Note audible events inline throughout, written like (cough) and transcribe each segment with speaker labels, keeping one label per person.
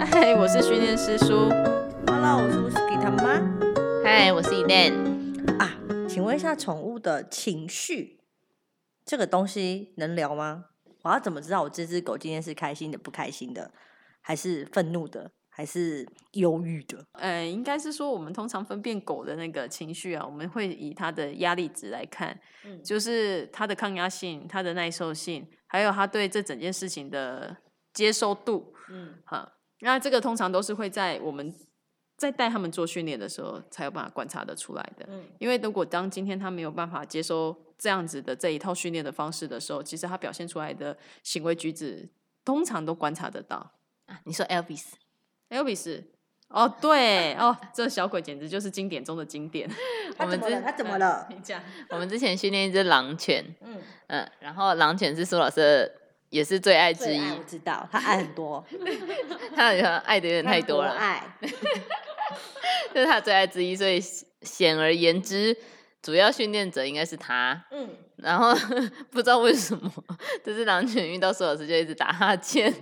Speaker 1: 哎我是训练师叔。
Speaker 2: Hello，我是 Whisky 他妈
Speaker 3: 嗨，我是 Elaine。
Speaker 2: 啊。请问一下，宠物的情绪这个东西能聊吗？我要怎么知道我这只狗今天是开心的、不开心的，还是愤怒的，还是忧郁的？
Speaker 1: 呃，应该是说我们通常分辨狗的那个情绪啊，我们会以它的压力值来看，
Speaker 2: 嗯
Speaker 1: 就是它的抗压性、它的耐受性，还有它对这整件事情的接受度。
Speaker 2: 嗯，
Speaker 1: 哈，那这个通常都是会在我们在带他们做训练的时候才有办法观察得出来的。
Speaker 2: 嗯
Speaker 1: 因为如果当今天他没有办法接收这样子的这一套训练的方式的时候，其实他表现出来的行为举止通常都观察得到。
Speaker 3: 啊你说 Elvis，
Speaker 1: Elvis，哦对，哦这小鬼简直就是经典中的经典。
Speaker 2: 它
Speaker 3: 我
Speaker 2: 怎
Speaker 3: 们
Speaker 2: 么
Speaker 3: 之
Speaker 2: 了？它怎么了？
Speaker 1: 你讲，
Speaker 3: 我们之前训练一只狼犬，
Speaker 2: 嗯，
Speaker 3: 嗯，然后狼犬是苏老师的也是最爱之
Speaker 2: 最
Speaker 3: 一，
Speaker 2: 爱我知道，它爱很 (laughs) 多，
Speaker 3: 他好像爱的有点
Speaker 2: 它
Speaker 3: 太多了，
Speaker 2: 爱。
Speaker 3: 这是他最爱之一，所以显而言之，主要训练者应该是他。
Speaker 2: 嗯，
Speaker 3: 然后 (laughs) 不知道为什么，这只狼犬遇到苏老师就一直打哈欠。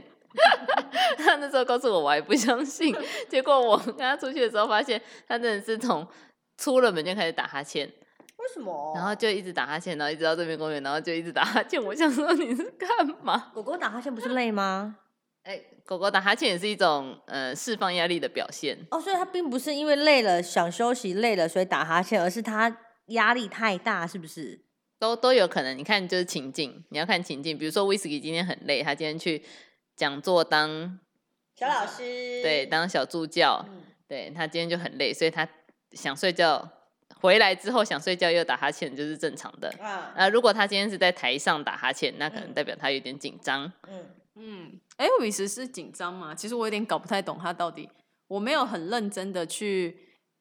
Speaker 3: 他那时候告诉我，我还不相信。结果我跟他出去的时候，发现他真的是从出了门就开始打哈欠，
Speaker 2: 为什么？
Speaker 3: 然后就一直打哈欠，然后一直到这边公园，然后就一直打哈欠。我想说你是干嘛？
Speaker 2: 狗狗打哈欠不是累吗？
Speaker 3: 哎、狗狗打哈欠也是一种呃释放压力的表现。
Speaker 2: 哦，所以它并不是因为累了想休息累了所以打哈欠，而是它压力太大，是不是？
Speaker 3: 都都有可能。你看，就是情境，你要看情境。比如说威士忌今天很累，他今天去讲座当
Speaker 2: 小老师，
Speaker 3: 对当小助教，
Speaker 2: 嗯
Speaker 3: 对他今天就很累，所以他想睡觉，回来之后想睡觉又打哈欠，就是正常的。
Speaker 2: 啊，
Speaker 3: 呃，如果他今天是在台上打哈欠，那可能
Speaker 2: 嗯
Speaker 3: 代表他有点紧张。
Speaker 2: 嗯，
Speaker 1: 嗯，Elvis 是紧张吗？其实我有点搞不太懂他到底，我没有很认真的去。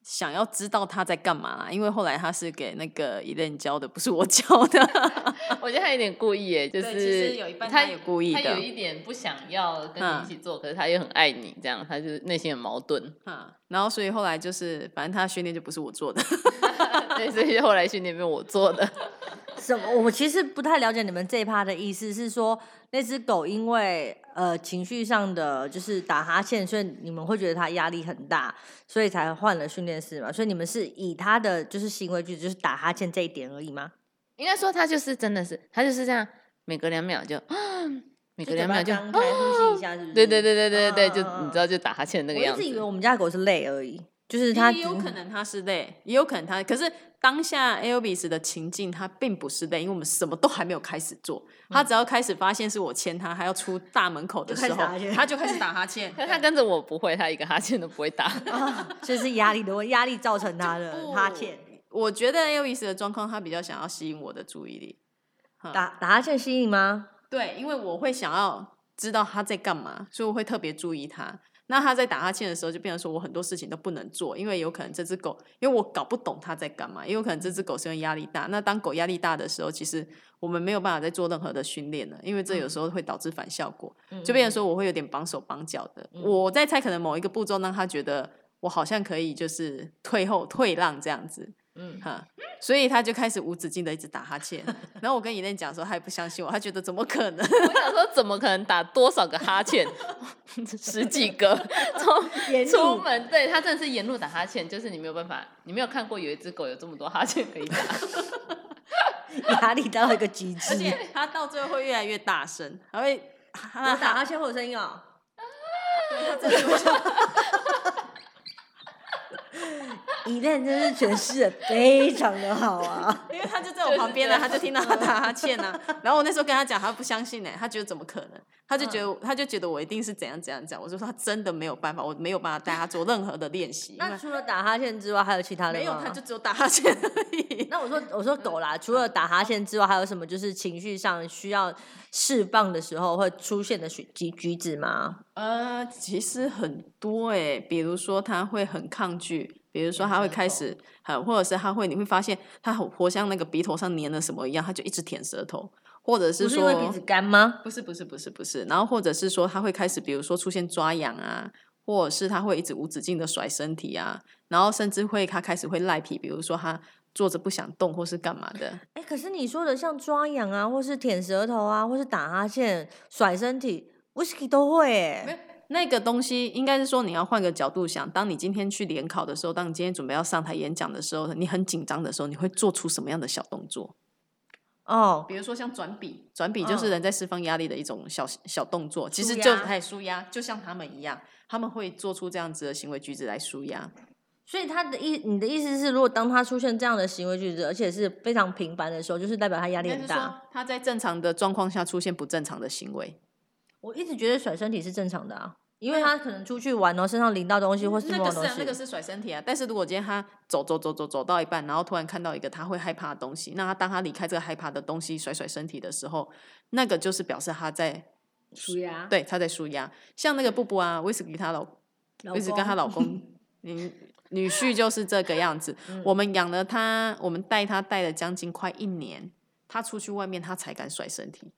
Speaker 1: 想要知道他在干嘛啦因为后来他是给那个伊莲教的，不是我教的。 (laughs)
Speaker 3: 我觉得他有点故意耶，就
Speaker 1: 对
Speaker 3: 是
Speaker 1: 其实有一半他也故意
Speaker 3: 他有
Speaker 1: 的
Speaker 3: 一点不想要跟
Speaker 1: 嗯
Speaker 3: 你一起做，可是他又很爱你，这样他就是内心很矛盾。 (laughs)
Speaker 1: 嗯，然后所以后来就是，反正他的训练就不是我做的。
Speaker 3: 对，所以后来训练被我做的。
Speaker 2: 什么？我其实不太了解你们这一趴的意思，是说那只狗因为呃情绪上的就是打哈欠，所以你们会觉得它压力很大，所以才换了训练师嘛。所以你们是以它的就是行为举止就是打哈欠这一点而已吗？
Speaker 3: 应该说他就是真的是，他就是这样，每隔两秒就，每隔两秒就，啊
Speaker 2: 张开呼吸一下，是不是？
Speaker 3: 对对对对对对，就
Speaker 2: 嗯嗯嗯
Speaker 3: 你知道就打哈欠那个
Speaker 2: 我
Speaker 3: 样
Speaker 2: 一直以为
Speaker 3: 子。
Speaker 2: 我们家的狗是累而已，就是它
Speaker 1: 也有
Speaker 2: 只 (laughs)
Speaker 1: 可能他是累，也有可能他，可是当下 Elvis 的情境他并不是累，因为我们什么都还没有开始做，他只要开始发现是我牵他，他要出大门口的
Speaker 2: 嗯就开
Speaker 1: 时
Speaker 2: 始
Speaker 1: 候
Speaker 2: 打哈欠，
Speaker 1: 他就开始打哈
Speaker 2: (laughs)
Speaker 1: 欠。
Speaker 3: 可是他跟着我不会，他一个哈欠都不会打。
Speaker 2: 啊，这是压力的问，压力造成它的 (laughs)
Speaker 1: 不
Speaker 2: 哈欠。
Speaker 1: 我觉得 Elvis 的状况，他比较想要吸引我的注意力，嗯
Speaker 2: 打打哈欠吸引吗？
Speaker 1: 对，因为我会想要知道他在干嘛，所以我会特别注意他。那他在打哈欠的时候，就变成说我很多事情都不能做，因为有可能这只狗，因为我搞不懂它在干嘛，也有可能这只狗是因为压力大。那当狗压力大的时候，其实我们没有办法再做任何的训练了，因为这有时候会导致反效果，
Speaker 2: 嗯
Speaker 1: 就变成说我会有点绑手绑脚的。我在猜，可能某一个步骤让他觉得我好像可以就是退后退让这样子，
Speaker 2: 嗯，
Speaker 1: 哈，所以他就开始无止境的一直打哈欠。然后我跟以念讲说，他也不相信我，他觉得怎么可能？
Speaker 3: 我想说，怎么可能打多少个哈欠？十几个， (laughs) 从
Speaker 2: 沿
Speaker 3: 出
Speaker 2: 路
Speaker 3: 门，对他真的是沿路打哈欠，就是你没有办法，你没有看过有一只狗有这么多哈欠可以打。
Speaker 2: (laughs) 压力达到一个极致。
Speaker 1: 而且他到最后会越来越大声，还会
Speaker 2: 我
Speaker 1: 哈
Speaker 2: 打
Speaker 1: 哈，
Speaker 2: 哈欠会有声音哦。啊 (laughs) 一练真是诠释的非常的好啊！
Speaker 1: 因为他就嗯在我旁边啊呢，他就听到他打哈欠呢、啊。然后我那时候跟他讲，他不相信呢、他觉得怎么可能？他就觉得、他就觉得我一定是怎样怎样讲。我就说他真的没有办法，我没有办法带他做任何的练习，因
Speaker 2: 那
Speaker 1: 为
Speaker 2: 除了打哈欠之外，还有其他的
Speaker 1: 没有
Speaker 2: 吗
Speaker 1: 他就只有打哈欠而已。
Speaker 2: 那我说我说狗啦，除了打哈欠之外，还有什么就是情绪上需要释放的时候会出现的举举举止吗？
Speaker 1: 呃，其实很多哎、比如说他会很抗拒，比如说他会开始，呃，或者是他会，你会发现他很活像那个鼻头上粘了什么一样，他就一直舔舌头，或者
Speaker 2: 不
Speaker 1: 是
Speaker 2: 是
Speaker 1: 说
Speaker 2: 因为鼻子干吗？
Speaker 1: 不是不是不是不是，然后或者是说他会开始，比如说出现抓痒啊，或者是他会一直无止境的甩身体啊，然后甚至会他开始会赖皮，比如说他坐着不想动或是干嘛的，
Speaker 2: 哎、可是你说的像抓痒啊，或是舔舌头啊，或是打哈欠、甩身体，whisky 都会哎、
Speaker 1: 没有那个东西应该是说，你要换个角度想，当你今天去联考的时候，当你今天准备要上台演讲的时候，你很紧张的时候，你会做出什么样的小动作？
Speaker 2: 哦，
Speaker 1: 比如说像转笔，转笔就是
Speaker 2: 嗯
Speaker 1: 人在释放压力的一种小小动作，其
Speaker 2: 舒
Speaker 1: 实就
Speaker 2: 压
Speaker 1: 哎舒压，就像他们一样，他们会做出这样子的行为举止来舒压。
Speaker 2: 所以他的意，你的意思是，如果当他出现这样的行为举止，而且是非常频繁的时候，就是代表他压力
Speaker 1: 应该
Speaker 2: 很
Speaker 1: 是
Speaker 2: 大。
Speaker 1: 说他在正常的状况下出现不正常的行为，
Speaker 2: 我一直觉得甩身体是正常的啊，因为他可能出去玩，然后身上淋到东西或是
Speaker 1: 那
Speaker 2: 什么
Speaker 1: 个
Speaker 2: 东
Speaker 1: 是、
Speaker 2: 西。
Speaker 1: 啊、那个是甩身体啊。但是如果今天他走走走走走到一半，然后突然看到一个他会害怕的东西，那他当他离开这个害怕的东西甩甩身体的时候，那个就是表示他在
Speaker 2: 属于啊，
Speaker 1: 对他在舒压。像那个布布啊，威斯跟她老
Speaker 2: 老
Speaker 1: 威斯跟
Speaker 2: 公
Speaker 1: 她老
Speaker 2: (laughs)
Speaker 1: 公女女婿就是这个样子。
Speaker 2: 嗯
Speaker 1: 我们养了他，我们带他带了将近快一年，他出去外面他才敢甩身体。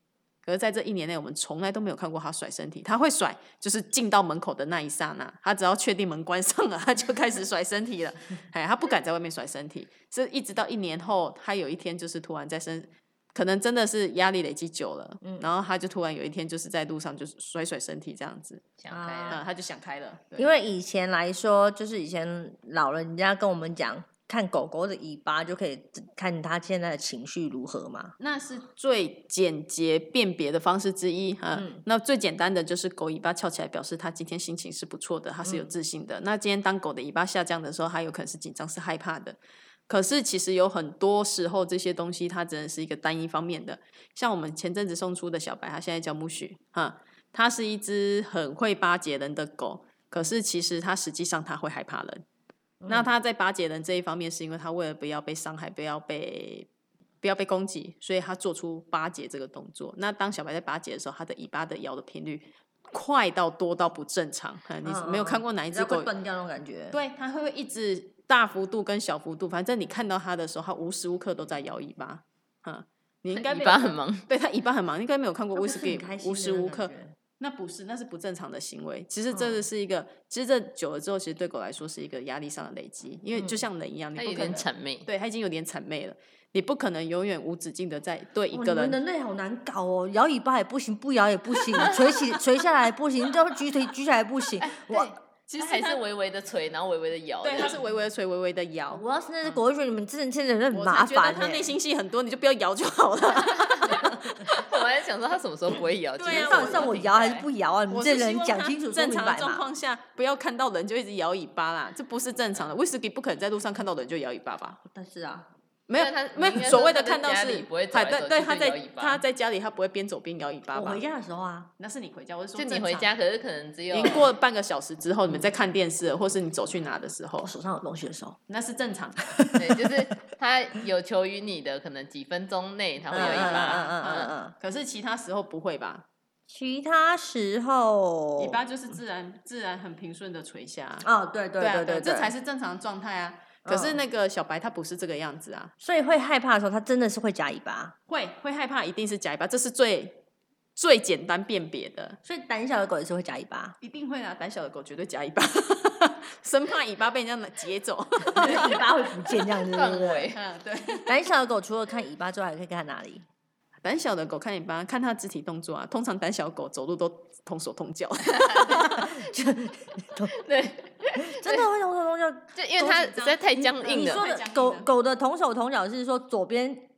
Speaker 1: 可是在这一年内，我们从来都没有看过他甩身体。他会甩，就是进到门口的那一刹那，他只要确定门关上了，他就开始甩身体了。哎，他不敢在外面甩身体，是一直到一年后，他有一天就是突然在身，可能真的是压力累积久了，
Speaker 2: 嗯
Speaker 1: 然后他就突然有一天就是在路上就是甩甩身体这样子，
Speaker 3: 想开啊，
Speaker 1: 啊，他就想开了，对
Speaker 2: 因为以前来说，就是以前老人家跟我们讲，看狗狗的尾巴就可以看它现在的情绪如何嘛。
Speaker 1: 那是最简洁辨别的方式之一哈、
Speaker 2: 嗯
Speaker 1: 那最简单的就是狗尾巴翘起来，表示它今天心情是不错的，它是有
Speaker 2: 嗯
Speaker 1: 自信的。那今天当狗的尾巴下降的时候，它有可能是紧张、是害怕的。可是其实有很多时候，这些东西它真的是一个单一方面的。像我们前阵子送出的小白，它现在叫木许哈，它是一只很会巴结人的狗，可是其实它实际上它会害怕人。
Speaker 2: 嗯
Speaker 1: 那他在巴结人这一方面，是因为他为了不要被伤害，不要被不要被攻击，所以他做出巴结这个动作。那当小白在巴结的时候，他的尾巴的摇的频率快到多到不正常。哎你没有看过哪一
Speaker 2: 嗯你知
Speaker 1: 只
Speaker 2: 道
Speaker 1: 狗
Speaker 2: 会？断掉那种感觉？，
Speaker 1: 对，它会一直大幅度跟小幅度，反正你看到它的时候，它无时无刻都在摇尾巴。嗯，你应该没有
Speaker 3: 尾巴
Speaker 1: 看
Speaker 3: 很忙，
Speaker 1: 对它尾巴很忙，应该没有看过
Speaker 2: 不
Speaker 1: 威士
Speaker 2: 是很
Speaker 1: 忌
Speaker 2: 开心
Speaker 1: 无
Speaker 2: 的
Speaker 1: 时
Speaker 2: 那
Speaker 1: 无
Speaker 2: 种
Speaker 1: 刻
Speaker 2: 感觉
Speaker 1: 那不是，那是不正常的行为。其实这
Speaker 2: 嗯
Speaker 1: 个是一个，其实这久了之后，其实对狗来说是一个压力上的累积，因为就像人一样，你
Speaker 3: 他
Speaker 1: 不
Speaker 3: 嗯有
Speaker 1: 可
Speaker 3: 点
Speaker 1: 能，
Speaker 3: 谄媚。
Speaker 1: 对他已经有点谄媚了，你不可能永远无止境的在
Speaker 3: 哦
Speaker 1: 对一
Speaker 2: 哇
Speaker 1: 个
Speaker 2: 哦你们
Speaker 1: 人。
Speaker 2: 人类好难搞哦，摇尾巴也不行，不摇也不
Speaker 1: (laughs)
Speaker 2: 行，垂起垂下来也不行，这样举腿举起来也不
Speaker 1: 哎
Speaker 2: 行。我
Speaker 1: 其
Speaker 3: 他还是微微的捶，然后微微的摇。
Speaker 1: 对，他是微微的捶，微微的摇。
Speaker 2: 我要是那只狗，我会觉得你们真的真的很
Speaker 1: 我
Speaker 2: 麻
Speaker 1: 才觉
Speaker 2: 烦
Speaker 1: 得
Speaker 2: 欸。
Speaker 1: 他内心戏很多，你就不要摇就好了。
Speaker 3: (laughs) 我还在想说他什么时候不会摇。
Speaker 1: 对啊
Speaker 3: 其实
Speaker 2: 到底
Speaker 3: 我
Speaker 2: 是我摇还是不摇啊？你们
Speaker 1: 我
Speaker 2: 这
Speaker 1: 是希
Speaker 2: 人
Speaker 1: 望
Speaker 2: 讲
Speaker 1: 他
Speaker 2: 清楚、说
Speaker 1: 正
Speaker 2: 明
Speaker 1: 常的
Speaker 2: 白
Speaker 1: 状
Speaker 2: 嘛。
Speaker 1: 况下，不要看到人就一直摇尾巴啦，这不是正常的。威士忌不可能在路上看到人就摇尾巴吧？
Speaker 2: 但是啊，
Speaker 1: 没有
Speaker 3: 对他，
Speaker 1: 没
Speaker 3: 你应该
Speaker 1: 有所
Speaker 3: 说
Speaker 1: 谓
Speaker 3: 他
Speaker 1: 的
Speaker 3: 在
Speaker 1: 看到
Speaker 3: 家
Speaker 1: 是
Speaker 3: 里不会，走
Speaker 1: 他
Speaker 3: 来
Speaker 1: 对
Speaker 3: 走
Speaker 1: 对，
Speaker 3: 去
Speaker 1: 他
Speaker 3: 就摇尾
Speaker 1: 在
Speaker 3: 巴
Speaker 1: 他在家里他不会边走边摇尾巴
Speaker 2: 我
Speaker 1: 吧
Speaker 2: 回？家的时候啊，
Speaker 1: 那是你回家，我是说
Speaker 3: 就你
Speaker 1: 正
Speaker 3: 回
Speaker 1: 常
Speaker 3: 家，。可是可能只有
Speaker 1: 已经过了半个小时之后，你们在看电视了，或是你走去哪的时候
Speaker 2: 我，手上有东西的时候，
Speaker 1: 那是正常的。
Speaker 3: (laughs) 对，就是他有求于你的，可能几分钟内他会有
Speaker 2: 嗯
Speaker 3: 一
Speaker 2: 嗯
Speaker 1: (laughs)
Speaker 3: 把。
Speaker 2: 嗯嗯嗯
Speaker 3: 嗯，
Speaker 2: 嗯。
Speaker 1: 可是其他时候不会吧？
Speaker 2: 其他时候，
Speaker 1: 尾巴就是自然自然很平顺的垂下哦啊，
Speaker 2: 哦，对对
Speaker 1: 对啊
Speaker 2: 对对，
Speaker 1: 这才是正常的状态啊。可是那个小白他不是这个样子啊，
Speaker 2: 所以会害怕的时候，它真的是会夹尾巴。
Speaker 1: 会会害怕，一定是假尾巴，这是最最简单辨别的。，
Speaker 2: 所以胆小的狗也是会夹尾巴
Speaker 1: 一定会啦，胆小的狗绝对夹 (laughs) 尾巴，生怕尾巴被人家截走。
Speaker 2: 尾巴会不见这样子，对不
Speaker 3: 断
Speaker 2: 对？
Speaker 1: (laughs)
Speaker 3: 尾。
Speaker 1: 嗯，对。
Speaker 2: 胆小的狗除了看尾巴之外，还可以看哪里？ (laughs)
Speaker 1: 胆小的狗看尾巴，看它肢体动作啊。通常胆小狗走路都同手同脚，
Speaker 2: (laughs) 真的会
Speaker 3: 对，
Speaker 2: 同手同
Speaker 1: (laughs)
Speaker 2: 脚。
Speaker 3: 就因为它
Speaker 1: 多紧张
Speaker 3: 实在太僵硬
Speaker 2: 你
Speaker 3: 了
Speaker 2: 说。
Speaker 1: 会
Speaker 2: 的
Speaker 1: 夹尾巴
Speaker 2: 狗狗的同手同脚是说左边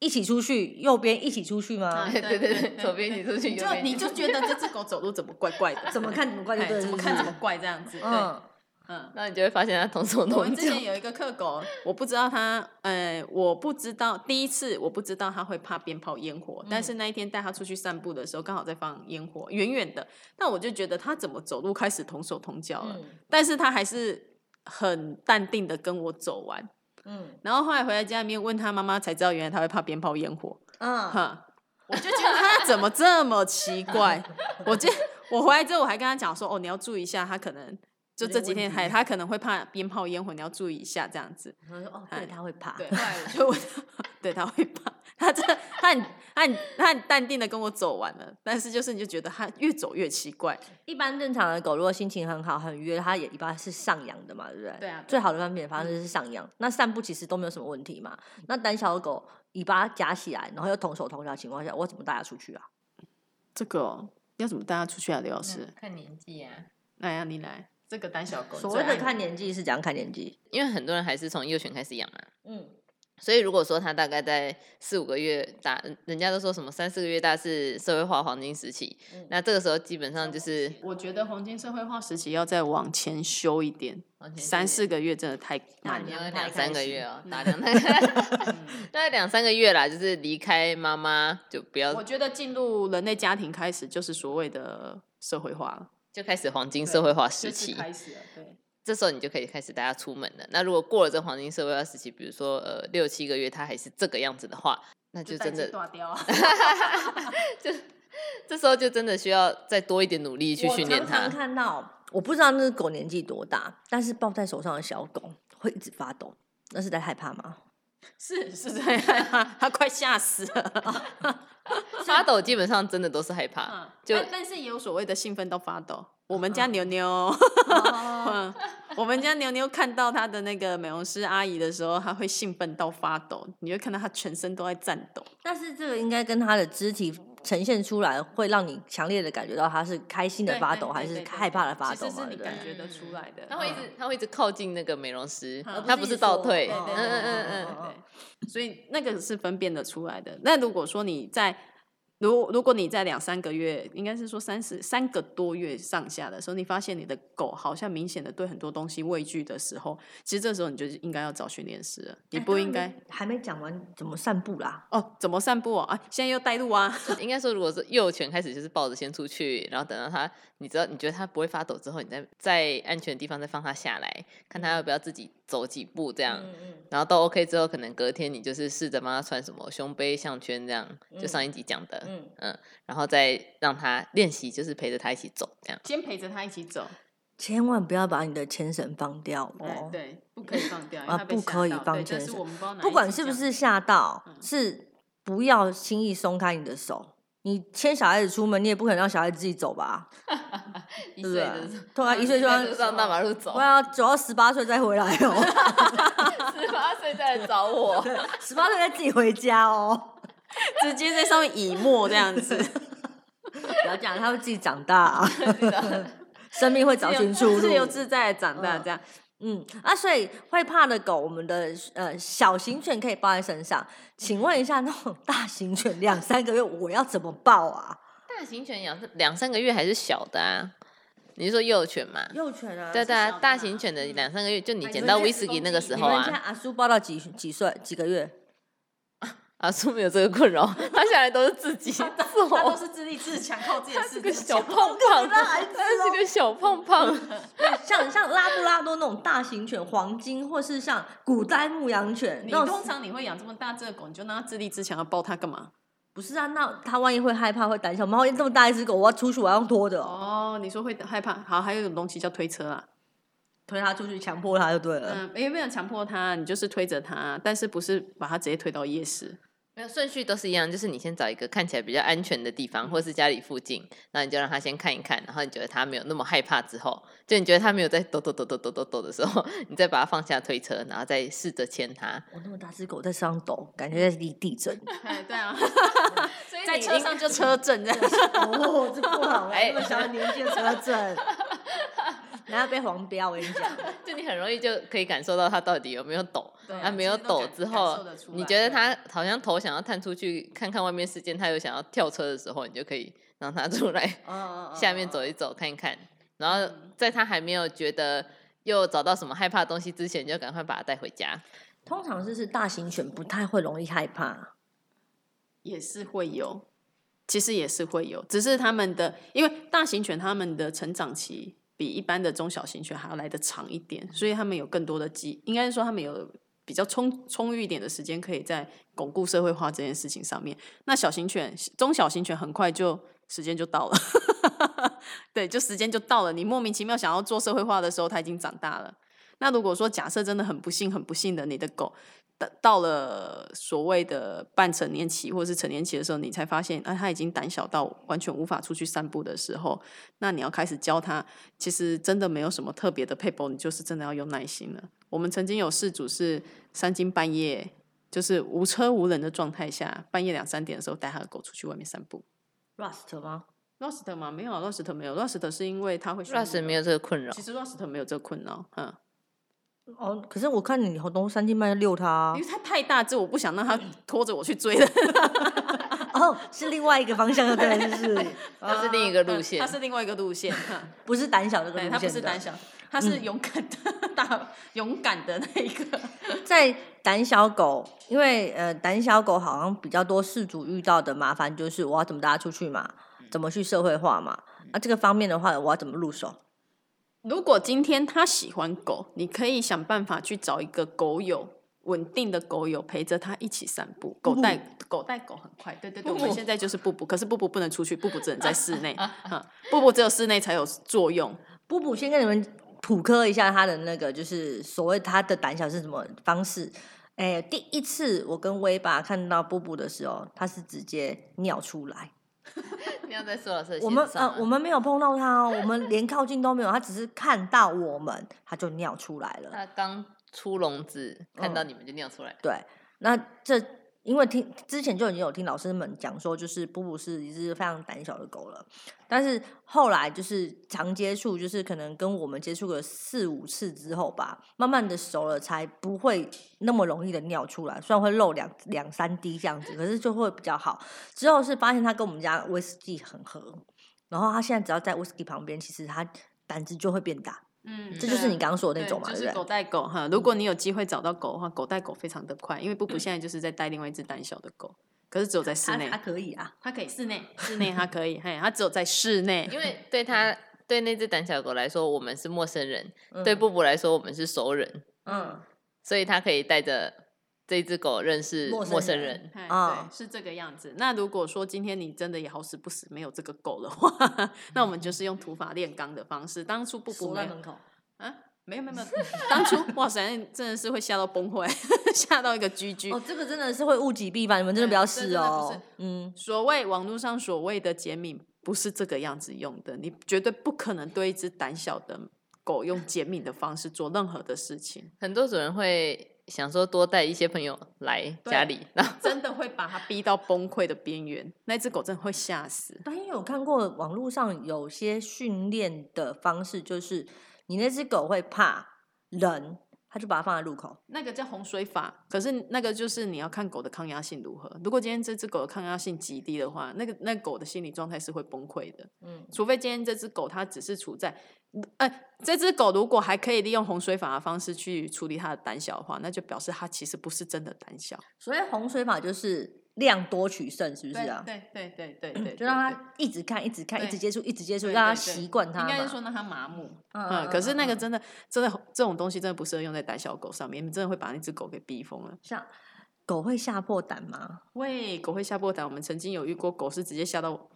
Speaker 2: 一起出去，右边一起出去吗？
Speaker 3: (laughs) 对对对，左边你出去，右
Speaker 1: 就
Speaker 3: 边
Speaker 1: 你就觉得这只狗走路怎么怪怪的，
Speaker 2: (laughs) 怎么看怎么怪就对
Speaker 1: 哎
Speaker 2: 了，
Speaker 1: 怎么
Speaker 2: 是
Speaker 1: 看
Speaker 2: 不
Speaker 1: 怎
Speaker 2: 是
Speaker 1: 么怪这样子。对，
Speaker 2: 嗯，
Speaker 1: 嗯。
Speaker 3: 那你就会发现它同手
Speaker 1: 我
Speaker 3: 同
Speaker 1: 们之
Speaker 3: 脚。
Speaker 1: 前有一个克 (laughs) 狗，我不知道它，呃，我不知道第一次我不知道它会怕鞭炮烟火，但是那一天带它出去散步的时候，刚好在放烟火，远远的，那我就觉得它怎么走路开始同手同脚了，
Speaker 2: 嗯
Speaker 1: 但是它还是很淡定的跟我走完，
Speaker 2: 嗯
Speaker 1: 然后后来回来家里面问他妈妈，才知道原来他会怕鞭炮烟火。
Speaker 2: 嗯，
Speaker 1: 哈，啊我就觉得他怎么这么奇 (laughs) 怪。我这我回来之后，我还跟他讲说，哦，你要注意一下，他可能就这几天
Speaker 2: 有点问
Speaker 1: 还
Speaker 2: 题
Speaker 1: 他可能会怕鞭炮烟火，你要注意一下这样子。
Speaker 2: 我说哦，对，它会怕。
Speaker 1: 对，后来
Speaker 3: (laughs)
Speaker 1: 我就问他， (laughs) 对他会怕，他真的他很他很他很淡定的跟我走完了，但是就是你就觉得他越走越奇怪。
Speaker 2: 一般正常的狗，如果心情很好、很愉悦，它也尾巴是上扬的嘛，对不对？
Speaker 1: 对啊对啊嗯
Speaker 2: 最好的分辨方式是上扬。那散步其实都没有什么问题嘛。那胆小的狗尾巴夹起来，然后又同手同脚的情况下，我怎么带它出去啊？
Speaker 1: 这个哦、要怎么带它出去啊？刘老师，
Speaker 3: 看年纪啊。
Speaker 1: 来呀、啊，你来，这个胆小狗
Speaker 2: 所谓的
Speaker 1: 最爱
Speaker 2: 看年纪是怎样看年纪？
Speaker 3: 因为很多人还是从幼犬开始养嘛，啊
Speaker 2: 嗯，
Speaker 3: 所以如果说他大概在四五个月大，人家都说什么三四个月大是社会化黄金时期，
Speaker 2: 嗯
Speaker 3: 那这个时候基本上就是
Speaker 1: 我觉得黄金社会化时期要再往前修一点，
Speaker 3: 往前
Speaker 1: 三
Speaker 3: 进
Speaker 1: 四个月真的太
Speaker 2: 大
Speaker 1: 慢
Speaker 3: 你
Speaker 1: 了。
Speaker 3: 要
Speaker 2: 娘胎
Speaker 3: 两
Speaker 2: 开
Speaker 3: 三个
Speaker 2: 始
Speaker 3: 月哦，打量胎， (laughs) 大概两三个月啦，就是离开妈妈就不要
Speaker 1: 我觉得进入人类家庭开始就是所谓的社会化了，
Speaker 3: 就开始黄金
Speaker 1: 对
Speaker 3: 社会化
Speaker 1: 就
Speaker 3: 时
Speaker 1: 是
Speaker 3: 期，
Speaker 1: 始了，对。
Speaker 3: 这时候你就可以开始带他出门了。那如果过了这黄金社会化时期，比如说呃六七个月他还是这个样子的话，那就真的
Speaker 1: 掉啊！
Speaker 3: 这时候就真的需要再多一点努力去
Speaker 2: 我
Speaker 3: 训练
Speaker 2: 常
Speaker 3: 它
Speaker 2: 常。看到，我不知道那只狗年纪多大，但是抱在手上的小狗会一直发抖，那是在害怕吗？
Speaker 1: 是是这样 (laughs) 啊，他快吓死了。
Speaker 3: 发抖基本上真的都是害
Speaker 1: 嗯
Speaker 3: 怕，就
Speaker 1: 但但是也有所谓的兴奋到发抖。我们家牛牛， (laughs)
Speaker 2: 哦
Speaker 1: 嗯，我们家牛牛看到他的那个美容师阿姨的时候，他会兴奋到发抖，你会看到他全身都在颤抖。
Speaker 2: (laughs) 但是这个应该跟它的肢体呈现出来，会让你强烈的感觉到它是开心的
Speaker 1: 对
Speaker 2: 发
Speaker 1: 对
Speaker 2: 抖，
Speaker 1: 对
Speaker 2: 还
Speaker 1: 对
Speaker 2: 是
Speaker 1: 对
Speaker 2: 害怕的发
Speaker 1: 其
Speaker 2: 抖
Speaker 1: 实是
Speaker 2: 嘛？
Speaker 1: 你
Speaker 2: 对不
Speaker 1: 感
Speaker 2: 对？
Speaker 1: 觉得出来的。
Speaker 3: 他会一直他会一直靠近那个美容师，
Speaker 1: 嗯
Speaker 3: 他不是倒退，
Speaker 1: 对
Speaker 2: 对
Speaker 3: 嗯
Speaker 1: 对
Speaker 3: 嗯嗯嗯
Speaker 1: 对。对，所以那个是分辨得出来的。那如果说你在，如如果你在两三个月，应该是说三十三个多月上下的时候，你发现你的狗好像明显的对很多东西畏惧的时候，其实这时候你就应该要找训练师了，你
Speaker 2: 哎
Speaker 1: 不
Speaker 2: 刚
Speaker 1: 应
Speaker 2: 刚
Speaker 1: 该
Speaker 2: 没。还没讲完怎么散步啦？
Speaker 1: 哦，怎么散步啊？啊现在又带路啊！
Speaker 3: 应该说，如果是幼犬开始就是抱着先出去，然后等到它，你知道你觉得它不会发抖之后，你再在安全的地方再放它下来，看
Speaker 1: 嗯
Speaker 3: 它要不要自己走几步这样。
Speaker 2: 嗯，
Speaker 3: 然后都 OK 之后，可能隔天你就是试着帮它穿什么胸杯项圈这样，就上一集讲的，嗯
Speaker 2: 嗯，
Speaker 3: 然后再让它练习，就是陪着它一起走这样。
Speaker 1: 先陪着它一起走，
Speaker 2: 千万不要把你的牵绳放掉哦。
Speaker 1: 对，不可以放掉
Speaker 2: 因为啊它被不吓可以到对放这
Speaker 1: 这
Speaker 2: 牵是
Speaker 1: 是
Speaker 2: 手
Speaker 1: 我们
Speaker 2: 不管是不是吓到，
Speaker 1: 嗯
Speaker 2: 是不要轻易松开你的手。你牵小孩子出门，你也不可能让小孩子自己走吧？
Speaker 3: 一
Speaker 2: 对不
Speaker 3: 岁的
Speaker 2: 对
Speaker 3: 时候？
Speaker 2: 对啊，一岁就
Speaker 1: (laughs)
Speaker 2: 要
Speaker 3: 在路上大马路走
Speaker 2: 我，要走到十八岁再回来哦，
Speaker 3: 十八岁再来找
Speaker 1: (laughs)
Speaker 3: 我。
Speaker 2: 十八岁再自己回家哦。
Speaker 1: 直接在上面以沫这样子。
Speaker 2: 不要这样，他会自己长大、
Speaker 1: (laughs)
Speaker 2: 啊，生命会找寻出路。
Speaker 1: 自由自在地长大，这样、
Speaker 2: 嗯啊，所以会怕的狗，我们的呃小型犬可以抱在身上。请问一下，那种大型犬两三个月，我要怎么抱啊？
Speaker 3: 大型犬养两三个月还是小的啊？你是说幼犬嘛？
Speaker 2: 幼犬啊
Speaker 3: 对对
Speaker 1: 是小
Speaker 3: 啊，
Speaker 1: 的
Speaker 3: 大
Speaker 1: 嘛
Speaker 3: 型犬的两三个月，就你
Speaker 1: 哎
Speaker 3: 捡
Speaker 1: 你
Speaker 3: 到
Speaker 1: 们
Speaker 3: 威
Speaker 1: 那
Speaker 3: 士
Speaker 1: 是
Speaker 3: 忌
Speaker 1: 公
Speaker 3: 那个
Speaker 1: 鸡
Speaker 3: 时
Speaker 2: 你
Speaker 3: 候
Speaker 2: 们家
Speaker 3: 啊，
Speaker 2: 阿叔抱到几几岁几个月？
Speaker 3: 阿叔没有这个困扰，他下来都是自己
Speaker 1: 他都
Speaker 3: 做。
Speaker 1: 是自立自强，靠自己的嗯
Speaker 3: 他
Speaker 1: 事
Speaker 3: 是
Speaker 1: 情
Speaker 3: 个。小胖胖，
Speaker 2: 让孩子
Speaker 3: 他是个小胖胖， (laughs)
Speaker 2: 像像拉布拉多那种大型犬、黄金，或是像古代牧羊犬
Speaker 1: 你
Speaker 2: 那
Speaker 1: 通
Speaker 2: 种，
Speaker 1: 常你会养这么大只的狗，你就让它自立自强，要抱它干嘛？
Speaker 2: 不是啊？那它万一会害怕、会胆小，猫这么大一只狗，我要出去我要用拖的、哦，
Speaker 1: 哦，你说会害怕？好，还有一种东西叫推车啦。
Speaker 2: 推它出去，强迫它就对了。
Speaker 1: 嗯，也没有强迫它，你就是推着它，但是不是把它直接推到夜市？
Speaker 3: 没有顺序都是一样，就是你先找一个看起来比较安全的地方，或是家里附近，然后你就让他先看一看，然后你觉得他没有那么害怕之后，就你觉得他没有在抖抖抖抖抖抖抖的时候，你再把它放下推车，然后再试着牵它。
Speaker 2: 我那么大只狗在上抖，感觉在地地震。
Speaker 1: (laughs) 哎，对 (laughs) 啊，
Speaker 3: 所以
Speaker 1: 在
Speaker 3: 你
Speaker 1: 车
Speaker 3: 应
Speaker 1: 上就车震这样。
Speaker 2: 哦，这不好
Speaker 3: 哎
Speaker 2: (laughs) 哎、那么小的年纪的车震， (laughs) 然后被黄标，我跟你讲，
Speaker 3: 就你很容易就可以感受到它到底有没有抖，
Speaker 1: 对
Speaker 3: 啊没有
Speaker 1: 其实都
Speaker 3: 抖
Speaker 1: 感
Speaker 3: 之
Speaker 1: 感
Speaker 3: 后
Speaker 1: 受得出，来啊
Speaker 3: 你觉得它好像头想要探出去看看外面世界，它有想要跳车的时候，你就可以让它 (laughs) 出来
Speaker 2: 嗯
Speaker 3: 下面走一走看一看，
Speaker 1: 嗯
Speaker 3: 然后在它还没有觉得又找到什么害怕的东西之前，你就赶快把它带回家。
Speaker 2: 通常就是大型犬不太会容易害怕，
Speaker 1: 也是会有，其实也是会有，只是他们的因为大型犬他们的成长期比一般的中小型犬还要来得长一点，所以他们有更多的机，应该是说他们有比较充充裕一点的时间，可以在巩固社会化这件事情上面。那小型犬、中小型犬很快就时间就到了， (laughs) 对，就时间就到了。你莫名其妙想要做社会化的时候，它已经长大了。那如果说假设真的很不幸、很不幸的，你的狗到到了所谓的半成年期或是成年期的时候，你才发现，啊，它已经胆小到完全无法出去散步的时候，那你要开始教它，其实真的没有什么特别的配包，你就是真的要用耐心了。我们曾经有事主是三更半夜，就是无车无人的状态下，半夜两三点的时候带他的狗出去外面散步，
Speaker 2: ，rust 吗？
Speaker 1: Rust 吗？没有啊，Rust 没有，Rust 是因为它会
Speaker 3: Rush 没
Speaker 1: 有，
Speaker 3: 有这个困扰
Speaker 1: 其，实 Rust 没有这个困扰，嗯，
Speaker 2: 哦，可是我看你红东三斤半就溜他啊
Speaker 1: (laughs)
Speaker 3: 哦
Speaker 1: 因为它太大只，我不想让它拖着我去追的，
Speaker 2: 哦，是另外一个方向，对
Speaker 1: (laughs)
Speaker 2: 了，就是哦
Speaker 3: 它是另一个路线
Speaker 1: 呃它。是另外一个路 (laughs) 线，哈
Speaker 2: 不是胆小这个
Speaker 1: 对，
Speaker 2: 路
Speaker 1: 它
Speaker 2: 线
Speaker 1: 不是 (laughs)
Speaker 2: 的
Speaker 1: 胆小，它是勇敢的大勇敢的那一个，
Speaker 2: 在胆小狗，因为呃，胆小狗好像比较多事主遇到的麻烦就是我要怎么带它出去嘛，
Speaker 1: 嗯
Speaker 2: 怎么去社会化嘛。那、这个方面的话，我要怎么入手？
Speaker 1: 如果今天他喜欢狗，你可以想办法去找一个狗友，稳定的狗友陪着他一起散步。狗带狗带狗很快，对对对，我们现在就是布布，可是布布不能出去，布布只能在室 (laughs) 内，嗯布布只有室内才有作用。
Speaker 2: 布布先跟你们普科一下他的那个，就是所谓他的胆小是什么方式。哎，第一次我跟威爸看到布布的时候，他是直接尿出来。
Speaker 3: (laughs) 你要在苏老师的
Speaker 2: 我
Speaker 3: 线
Speaker 2: 们
Speaker 3: 上
Speaker 2: 呃
Speaker 3: 啊，
Speaker 2: 我们没有碰到他哦，我们连靠近都没有，他只是看到我们，他就尿出来了。
Speaker 3: 他刚出笼子，看
Speaker 1: 嗯
Speaker 3: 到你们就尿出来。
Speaker 2: 对，那这因为听之前就已经有听老师们讲说，就是布布是一只非常胆小的狗了，但是后来就是常接触，就是可能跟我们接触个四五次之后吧，慢慢的熟了，才不会那么容易的尿出来，虽然会漏两两三滴这样子，可是就会比较好。之后是发现它跟我们家威士忌很合，然后它现在只要在威士忌旁边，其实它胆子就会变大，
Speaker 1: 嗯
Speaker 2: 这就是你刚刚说的那
Speaker 1: 对
Speaker 2: 种嘛，
Speaker 1: 就
Speaker 2: 对
Speaker 1: 是
Speaker 2: 不
Speaker 1: 狗
Speaker 2: 对？
Speaker 1: 带狗嗯哈。如果你有机会找到狗的话，狗带狗非常的快，因为布布现在就是在带另外一只胆小的狗，可是只有在室
Speaker 2: 它
Speaker 1: 内
Speaker 2: 它，可以啊，
Speaker 1: 嗯它可以室内，室内它可以，嘿，它只有在室内。
Speaker 3: 因为对他
Speaker 1: 嗯
Speaker 3: 对那只胆小狗来说，我们是陌生人；
Speaker 2: 嗯
Speaker 3: 对布布来说，我们是熟人，
Speaker 2: 嗯，
Speaker 3: 所以他可以带着这只狗认识
Speaker 2: 陌
Speaker 3: 陌
Speaker 2: 生
Speaker 3: 生
Speaker 2: 人
Speaker 3: 人。
Speaker 1: 哎
Speaker 2: 啊
Speaker 1: 对，是这个样子。那如果说今天你真的也好死不死没有这个狗的话， (laughs) 那我们就是用土法炼钢的方式。当初布布
Speaker 2: 锁
Speaker 1: 没
Speaker 2: 在
Speaker 1: 有
Speaker 2: 门口。
Speaker 1: 啊，没有没有没有，当初哇塞，那真的是会吓到崩溃， (laughs) 吓到一个居居。
Speaker 2: 哦，这个真的是会物极必反，你们真的不
Speaker 1: 对
Speaker 2: 要
Speaker 1: 这
Speaker 2: 试
Speaker 1: 真的不
Speaker 2: 哦
Speaker 1: 是。
Speaker 2: 嗯，
Speaker 1: 所谓网络上所谓的减敏，不是这个样子用的，你绝对不可能对一只胆小的狗用减敏的方式做任何的事情， (laughs)
Speaker 3: 很多主人会想说多带一些朋友来
Speaker 1: 对
Speaker 3: 家里，然后
Speaker 1: 真的会把它逼到崩溃的边缘。那只狗真的会吓死。
Speaker 2: 但因为我看过网络上有些训练的方式，就是你那只狗会怕人，它就把它放在路口。
Speaker 1: 那个叫洪水法，可是那个就是你要看狗的抗压性如何。如果今天这只狗的抗压性极低的话，那个那狗的心理状态是会崩溃的。
Speaker 2: 嗯，
Speaker 1: 除非今天这只狗它只是处在，哎、这只狗如果还可以利用洪水法的方式去处理它的胆小的话，那就表示它其实不是真的胆小。
Speaker 2: 所以洪水法就是量多取胜，是不是啊？
Speaker 1: 对对对对对
Speaker 2: 就让它一直看，一直看，一
Speaker 1: 对
Speaker 2: 直接触，一直接触，
Speaker 1: 对
Speaker 2: 让它
Speaker 1: 对对
Speaker 2: 习惯它
Speaker 1: 应
Speaker 2: 嘛。
Speaker 1: 该是说让它麻木。
Speaker 2: 嗯，嗯
Speaker 1: 嗯，可是那个
Speaker 2: 嗯
Speaker 1: 真的真的这种东西真的不适合用在胆小狗上面，你真的会把那只狗给逼疯了。
Speaker 2: 像狗会吓破胆吗？
Speaker 1: 喂，狗会吓破胆，我们曾经有遇过狗是直接吓到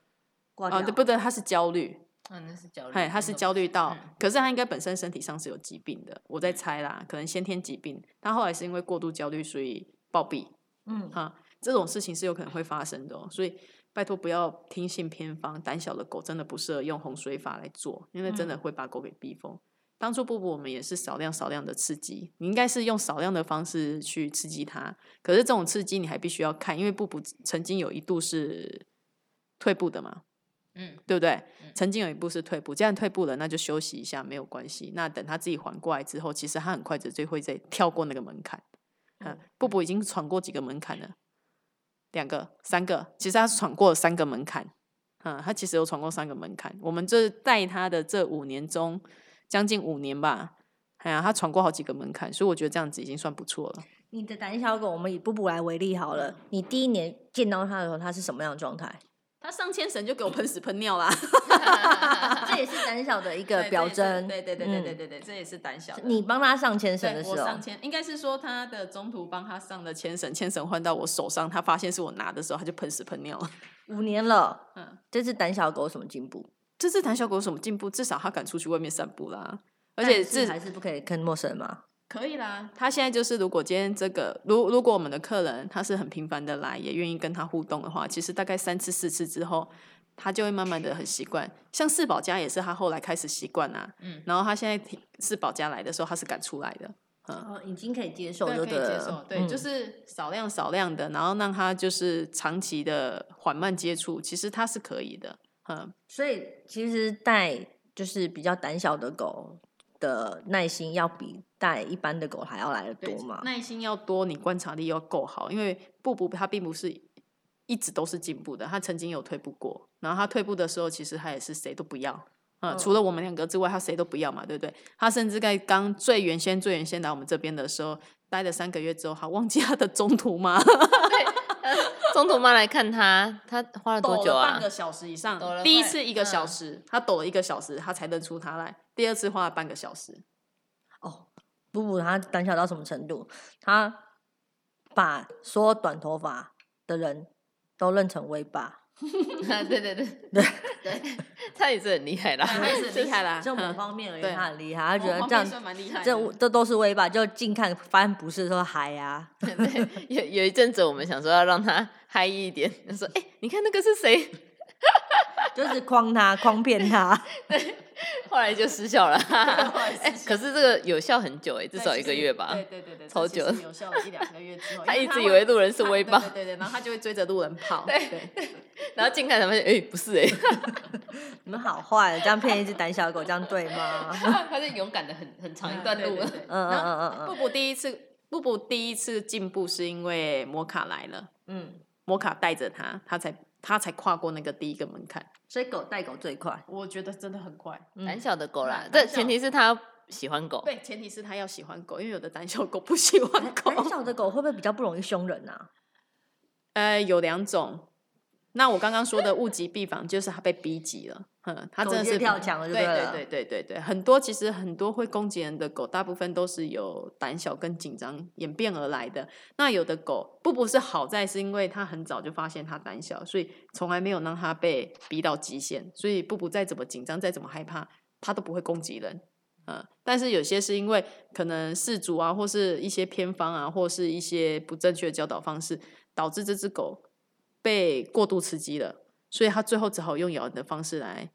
Speaker 2: 挂
Speaker 1: 啊，
Speaker 2: 掉。
Speaker 1: 对不对？它是焦虑，
Speaker 3: 嗯，那是焦虑，
Speaker 1: 哎，它是焦虑到
Speaker 3: 嗯，
Speaker 1: 可是它应该本身身体上是有疾病的，我在猜啦，可能先天疾病，它后来是因为过度焦虑所以暴毙
Speaker 2: 嗯，
Speaker 1: 哈，这种事情是有可能会发生的哦，所以拜托不要听信偏方，胆小的狗真的不适合用洪水法来做，因为真的
Speaker 2: 嗯
Speaker 1: 会把狗给逼疯。当初布布我们也是少量少量的刺激，你应该是用少量的方式去刺激它，可是这种刺激你还必须要看，因为布布曾经有一度是退步的嘛，
Speaker 3: (laughs) 嗯，
Speaker 1: 对不对
Speaker 3: 嗯？
Speaker 1: 曾经有一步是退步，既然退步了，那就休息一下没有关系。那等他自己缓过来之后，其实他很快就就会再跳过那个门槛。嗯，布布已经闯过几个门槛了，两个、三个，其实他闯过了三个门槛。嗯，他其实有闯过三个门槛。我们这带他的这五年中，将近五年吧，哎呀，他闯过好几个门槛，所以我觉得这样子已经算不错了。
Speaker 2: 你的胆小狗，我们以布布来为例
Speaker 1: 嗯
Speaker 2: 好了。你第一年见到它的时候，它是什么样的状态？
Speaker 1: 他上牵绳就给我喷屎喷尿啦， (laughs)
Speaker 2: 这也是胆小的一个
Speaker 1: 对
Speaker 2: 表
Speaker 1: 这也是
Speaker 2: 征。
Speaker 1: 对对对对
Speaker 2: 嗯
Speaker 1: 对对对，这也是胆小的。
Speaker 2: 你帮他上牵绳
Speaker 1: 对
Speaker 2: 的
Speaker 1: 我
Speaker 2: 时候
Speaker 1: 上，牵，应该是说他的中途帮他上的牵绳，牵绳换到我手上，他发现是我拿的时候，他就喷屎喷尿了。
Speaker 2: 五年了，
Speaker 1: 嗯，
Speaker 2: 这只胆小狗有什么进步？
Speaker 1: (laughs) 这次胆小狗有什么进步？至少他敢出去外面散步 (laughs) 啦，而
Speaker 2: 但
Speaker 1: 且
Speaker 2: 是
Speaker 1: 至
Speaker 2: 还是不可以跟陌生人嘛。
Speaker 1: 可以啦。他现在就是，如果今天这个，如如果我们的客人他是很频繁的来，也愿意跟他互动的话，其实大概三次四次之后，他就会慢慢的很习惯。像四宝家也是他后来开始习惯啊，
Speaker 3: 嗯，
Speaker 1: 然后他现在挺四宝家来的时候，他是敢出来的。
Speaker 2: 哦，已经可以接受
Speaker 1: 对，
Speaker 2: 嗯就
Speaker 1: 可以接
Speaker 2: 了。
Speaker 1: 受，对，嗯就是少量少量的，然后让他就是长期的缓慢接触，其实他是可以的。嗯，
Speaker 2: 所以其实带就是比较胆小的狗的耐心要比带一般的狗还要来的多嘛。
Speaker 1: 耐心要多，你观察力要够好，因为步步它并不是一直都是进步的，它曾经有退步过，然后它退步的时候，其实它也是谁都不要。嗯，
Speaker 2: 嗯
Speaker 1: 除了我们两个之外，它谁都不要嘛，对不对？它甚至在刚最原先、最原先来我们这边的时候，待了三个月之后，它忘记它的中途吗？
Speaker 3: 中途妈来看他，他花了多
Speaker 1: 抖
Speaker 3: 久
Speaker 1: 了
Speaker 3: 啊
Speaker 1: 半？个小时以上
Speaker 3: 抖了，
Speaker 1: 第一
Speaker 3: 快
Speaker 1: 次一个小
Speaker 3: 嗯
Speaker 1: 时，他抖了一个小时，他才认出他来。第二次花了半个小时，
Speaker 2: 哦，布布他胆小到什么程度？他把所有短头发的人都认成威霸，
Speaker 3: 啊对 (laughs) 对对
Speaker 2: 对
Speaker 3: 对，他也是很厉
Speaker 2: (laughs)
Speaker 3: 害
Speaker 1: (laughs)
Speaker 3: 啦，
Speaker 1: 他也是很厉害啦。
Speaker 2: 就某
Speaker 1: 嗯
Speaker 2: 方面而
Speaker 1: 对
Speaker 2: 言他很厉害，他觉得
Speaker 1: 哦
Speaker 2: 这
Speaker 1: 黄皮算
Speaker 2: 样
Speaker 1: 蛮厉害的， (laughs)
Speaker 2: 这这都是威霸，就近看发现不是的时候嗨呀、啊，
Speaker 3: 对，有有一阵子我们想说要让他嗨一点，就说哎、你看那个是谁？
Speaker 2: 就是诓他诓骗他。 (laughs)
Speaker 3: 后来就失效了。
Speaker 1: 来失
Speaker 3: (laughs) 哎、可是这个有效很久哎、至
Speaker 1: 对
Speaker 3: 少
Speaker 1: 其
Speaker 3: 一个
Speaker 1: 实
Speaker 3: 月吧。
Speaker 1: 对对对对，这
Speaker 3: 超
Speaker 1: 其
Speaker 3: 久
Speaker 1: 实有效了一两个月之 (laughs) 后，
Speaker 3: 他
Speaker 1: 因为
Speaker 3: 一直
Speaker 1: 会
Speaker 3: 以为路人是
Speaker 1: 他
Speaker 3: 威
Speaker 1: 对
Speaker 3: 霸
Speaker 1: 对对对，然后他就会追着 (laughs) 路人跑。对，
Speaker 3: 然后近看才发现，哎、不是哎、
Speaker 2: 你们好坏，啊这样骗一只胆小狗，这样对吗？
Speaker 3: 他是勇敢的很很长
Speaker 1: 对。对
Speaker 3: 了
Speaker 1: 对
Speaker 2: 嗯嗯嗯嗯
Speaker 1: 然后布布第一次，布布第一次进步是因为摩卡来了，
Speaker 2: 嗯，
Speaker 1: 摩卡带着他，他才他才跨过那个第一个门槛。
Speaker 2: 所以狗带狗最快。
Speaker 1: 我觉得真的很快。
Speaker 2: 嗯
Speaker 3: 胆小的狗啦
Speaker 1: 嗯，
Speaker 3: 这
Speaker 1: 胆小
Speaker 3: 前提是他喜欢狗。
Speaker 1: 对，前提是他要喜欢狗，因为有的胆小狗不喜欢狗。 (laughs)
Speaker 2: 胆小的狗会不会比较不容易凶人啊？
Speaker 1: 呃，有两种。那我刚刚说的物极必反，就是他被逼急了，嗯，他真的
Speaker 2: 狗就是跳墙了就
Speaker 1: 对
Speaker 2: 对了
Speaker 1: 对对对对对，很多其实很多会攻击人的狗，大部分都是有胆小跟紧张演变而来的。那有的狗布布是好在是因为它很早就发现它胆小，所以从来没有让它被逼到极限，所以布布再怎么紧张，再怎么害怕，它都不会攻击人。嗯，但是有些是因为可能事主啊，或是一些偏方啊，或是一些不正确的教导方式，导致这只狗被过度刺激了，所以它最后只好用咬人的方式来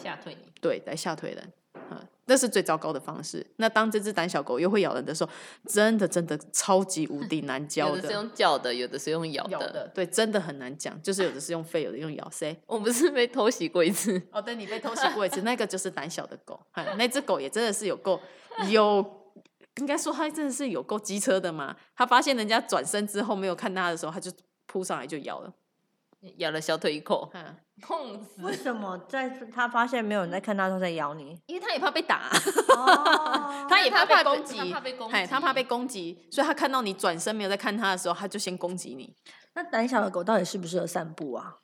Speaker 3: 吓退你，
Speaker 1: 对，来吓退人，啊，那是最糟糕的方式。那当这只胆小狗又会咬人的时候，真的真的超级无敌
Speaker 3: (laughs)
Speaker 1: 难教
Speaker 3: 有的是
Speaker 1: 的。
Speaker 3: 用叫的，有的是用咬
Speaker 1: 咬
Speaker 3: 的。
Speaker 1: 的，对，真的很难讲，就是有的是用吠，有的用咬。
Speaker 3: (laughs)
Speaker 1: 谁？
Speaker 3: 我不是被偷袭过一次，
Speaker 1: 哦，对你被偷袭过一次，那个就是胆小的狗。哎那只狗也真的是有够有，应该说它真的是有够机车的嘛。它发现人家转身之后没有看它的时候，它就扑上来就咬了。
Speaker 3: 咬了小腿一口，
Speaker 1: 嗯，
Speaker 3: 痛死！
Speaker 2: 为什么在它发现没有人在看它的时候在咬
Speaker 1: (laughs)
Speaker 2: 你？
Speaker 1: 因为它也怕被打、
Speaker 2: 哦
Speaker 1: 他也
Speaker 3: 他
Speaker 1: 怕
Speaker 3: 怕
Speaker 1: 被
Speaker 3: 被
Speaker 1: 攻击，
Speaker 3: 他怕被攻
Speaker 1: 嘿他
Speaker 3: 击
Speaker 1: 怕被攻击，所以他看到你转身没有在看他的时候，他就先攻击你。
Speaker 2: 那胆小的狗到底适不适合散步啊？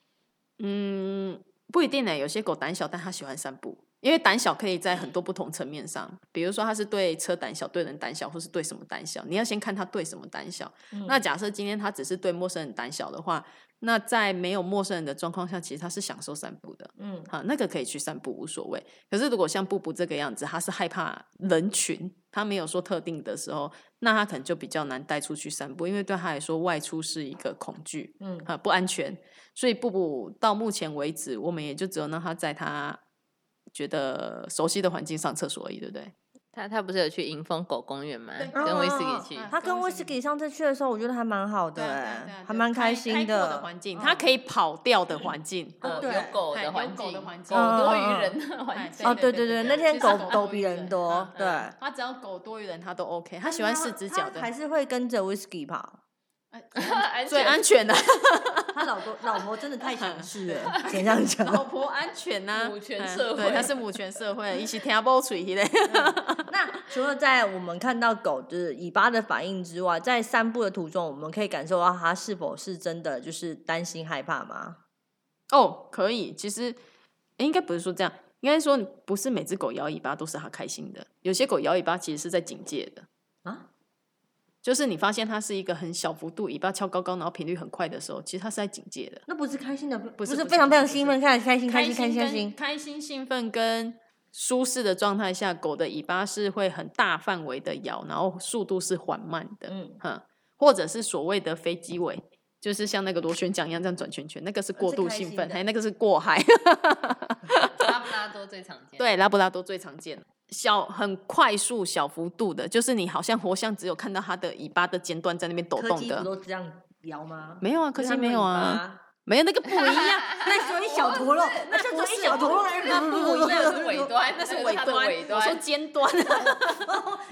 Speaker 1: 嗯，不一定呢、有些狗胆小，但它喜欢散步，因为胆小可以在很多不同层面上，比如说它是对车胆小、对人胆小，或是对什么胆小，你要先看它对什么胆小。那假设今天它只是对陌生人胆小的话，那在没有陌生人的状况下，其实它是享受散步的。
Speaker 2: 嗯，
Speaker 1: 啊，那个可以去散步无所谓。可是如果像布布这个样子，他是害怕人群，他没有说特定的时候，那他可能就比较难带出去散步，因为对他来说外出是一个恐惧，
Speaker 2: 嗯
Speaker 1: 啊不安全。所以布布到目前为止，我们也就只有让他在他觉得熟悉的环境上厕所而已，对不对？
Speaker 3: 他他不是有去迎风狗公园吗？
Speaker 1: 对
Speaker 3: 跟威士
Speaker 2: 哦
Speaker 3: 忌去，
Speaker 1: 嗯
Speaker 2: 它跟威士忌上次去的时候，我觉得还蛮好
Speaker 1: 啊
Speaker 2: 的、欸，还蛮开心嗯
Speaker 1: 的环境，他可以跑掉的环境， (laughs)
Speaker 3: 狗
Speaker 2: 对
Speaker 3: 有狗
Speaker 1: 哎
Speaker 3: 的
Speaker 1: 有
Speaker 3: 环
Speaker 1: 狗
Speaker 3: 境，
Speaker 1: 的环
Speaker 3: 狗
Speaker 1: 境
Speaker 3: 多
Speaker 2: 嗯嗯
Speaker 3: 于
Speaker 2: 嗯
Speaker 3: 人的环境。
Speaker 2: 哦对对对那
Speaker 1: 其
Speaker 2: 天
Speaker 1: 实
Speaker 2: 狗
Speaker 1: 狗
Speaker 2: 都
Speaker 1: 于
Speaker 2: 比人多
Speaker 1: 嗯嗯
Speaker 2: 对
Speaker 1: 他只要狗多于人，他都 OK。他呃
Speaker 2: 它
Speaker 1: 喜欢四只脚
Speaker 2: 它
Speaker 1: 的，
Speaker 2: 还是会跟着威士忌跑。
Speaker 3: 安
Speaker 1: (laughs) 最
Speaker 3: 全
Speaker 1: 安全的，
Speaker 2: (laughs) 他老公老婆真的太强势 (laughs) 了，怎样讲？
Speaker 1: 老婆安全呐、
Speaker 3: 母权
Speaker 1: 嗯
Speaker 3: 社
Speaker 1: 对，
Speaker 3: 会
Speaker 1: 它 (laughs) 是母权社会，一起听不嘴的。
Speaker 2: 那除了在我们看到狗就是尾巴的反应之外，在散步的途中，我们可以感受到它是否是真的就是担心害怕吗？
Speaker 1: 哦，可以，其实、诶应该不是说这样，应该说不是每只狗摇尾巴都是它开心的，有些狗摇尾巴其实是在警戒的。
Speaker 2: 啊，
Speaker 1: 就是你发现它是一个很小幅度尾巴翘高高，然后频率很快的时候，其实它是在警戒的。
Speaker 2: 那不是开心的，不
Speaker 1: 是不是
Speaker 2: 非常非常
Speaker 1: 不是
Speaker 2: 兴奋，开开心开
Speaker 1: 开
Speaker 2: 心开心开
Speaker 1: 跟
Speaker 2: 心。
Speaker 1: 开心、兴奋跟舒适的状态下，狗的尾巴是会很大范围的摇，然后速度是缓慢的。
Speaker 2: 嗯，
Speaker 1: 哈，或者是所谓的飞机尾，就是像那个螺旋桨一样这样转圈圈，那个是过
Speaker 2: 哦是
Speaker 1: 度
Speaker 2: 开
Speaker 1: 兴
Speaker 2: 心
Speaker 1: 奋，
Speaker 2: 的
Speaker 1: 还那个是过海。
Speaker 3: 拉布拉多最常见。
Speaker 1: 对，拉布拉多最常见，小很快速、小幅度的，就是你好像活像只有看到它的尾巴的尖端在那边抖
Speaker 2: 柯
Speaker 1: 动
Speaker 2: 基不
Speaker 1: 的。
Speaker 2: 都这样摇吗？
Speaker 1: 没有啊，可惜
Speaker 2: 它
Speaker 1: 没有
Speaker 2: 尾 (laughs)
Speaker 1: 啊，
Speaker 2: 巴。 (laughs)
Speaker 1: 没有那个不一样，
Speaker 2: 那所以小小陀螺，那就
Speaker 1: 不
Speaker 2: 一
Speaker 1: 是
Speaker 2: 小陀螺来，
Speaker 3: 那
Speaker 2: (laughs)
Speaker 3: 是尾端，那
Speaker 1: 那是
Speaker 3: 是
Speaker 1: 尾
Speaker 3: 它
Speaker 1: 端，
Speaker 3: 的尾
Speaker 1: 我说
Speaker 3: (laughs) 端。
Speaker 1: 尖端，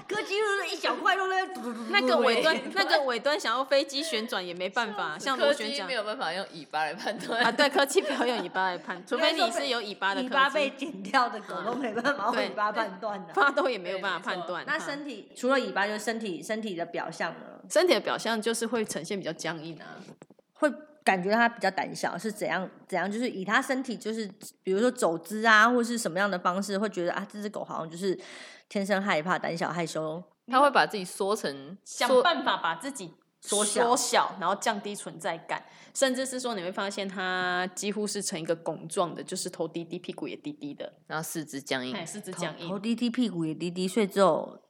Speaker 2: 柯基路一小块肉嘞，
Speaker 1: (laughs) 那个尾端，那个尾端想要飞机旋转也没办法，像
Speaker 3: 柯
Speaker 1: 螺旋
Speaker 3: 基
Speaker 1: 桨
Speaker 3: 没有办法用尾巴来判断
Speaker 1: 啊，对，科技不要用尾巴来判，除非你是有尾巴的
Speaker 2: 尾
Speaker 1: 科
Speaker 2: 巴
Speaker 1: 技
Speaker 2: 被剪掉的狗都没办法
Speaker 1: 对
Speaker 2: 尾巴判断的。
Speaker 1: 巴豆也没有
Speaker 3: 对
Speaker 1: 办法
Speaker 3: 没
Speaker 1: 判
Speaker 3: 错
Speaker 1: 断。
Speaker 2: (laughs) 那
Speaker 1: 哈
Speaker 2: 身体除了尾巴，就是身体身体的表象呢，
Speaker 1: 身体的表象就是会呈现比较僵硬啊，
Speaker 2: 会感觉到它比较胆小，是怎样怎样？就是以它身体就是比如说走姿啊，或是什么样的方式，会觉得啊，这只狗好像就是天生害怕、胆小、害羞。
Speaker 3: 他会把自己缩成
Speaker 1: 想
Speaker 3: 缩
Speaker 1: 办法把自己
Speaker 2: 缩小
Speaker 1: 缩小，然后降低存在感，甚至是说你会发现它几乎是成一个拱状的，就是头低低，屁股也低低的，
Speaker 3: 然后四肢僵硬
Speaker 1: 它也，是只僵
Speaker 2: 头
Speaker 1: 硬。
Speaker 2: 低低，屁股也低低，所以只有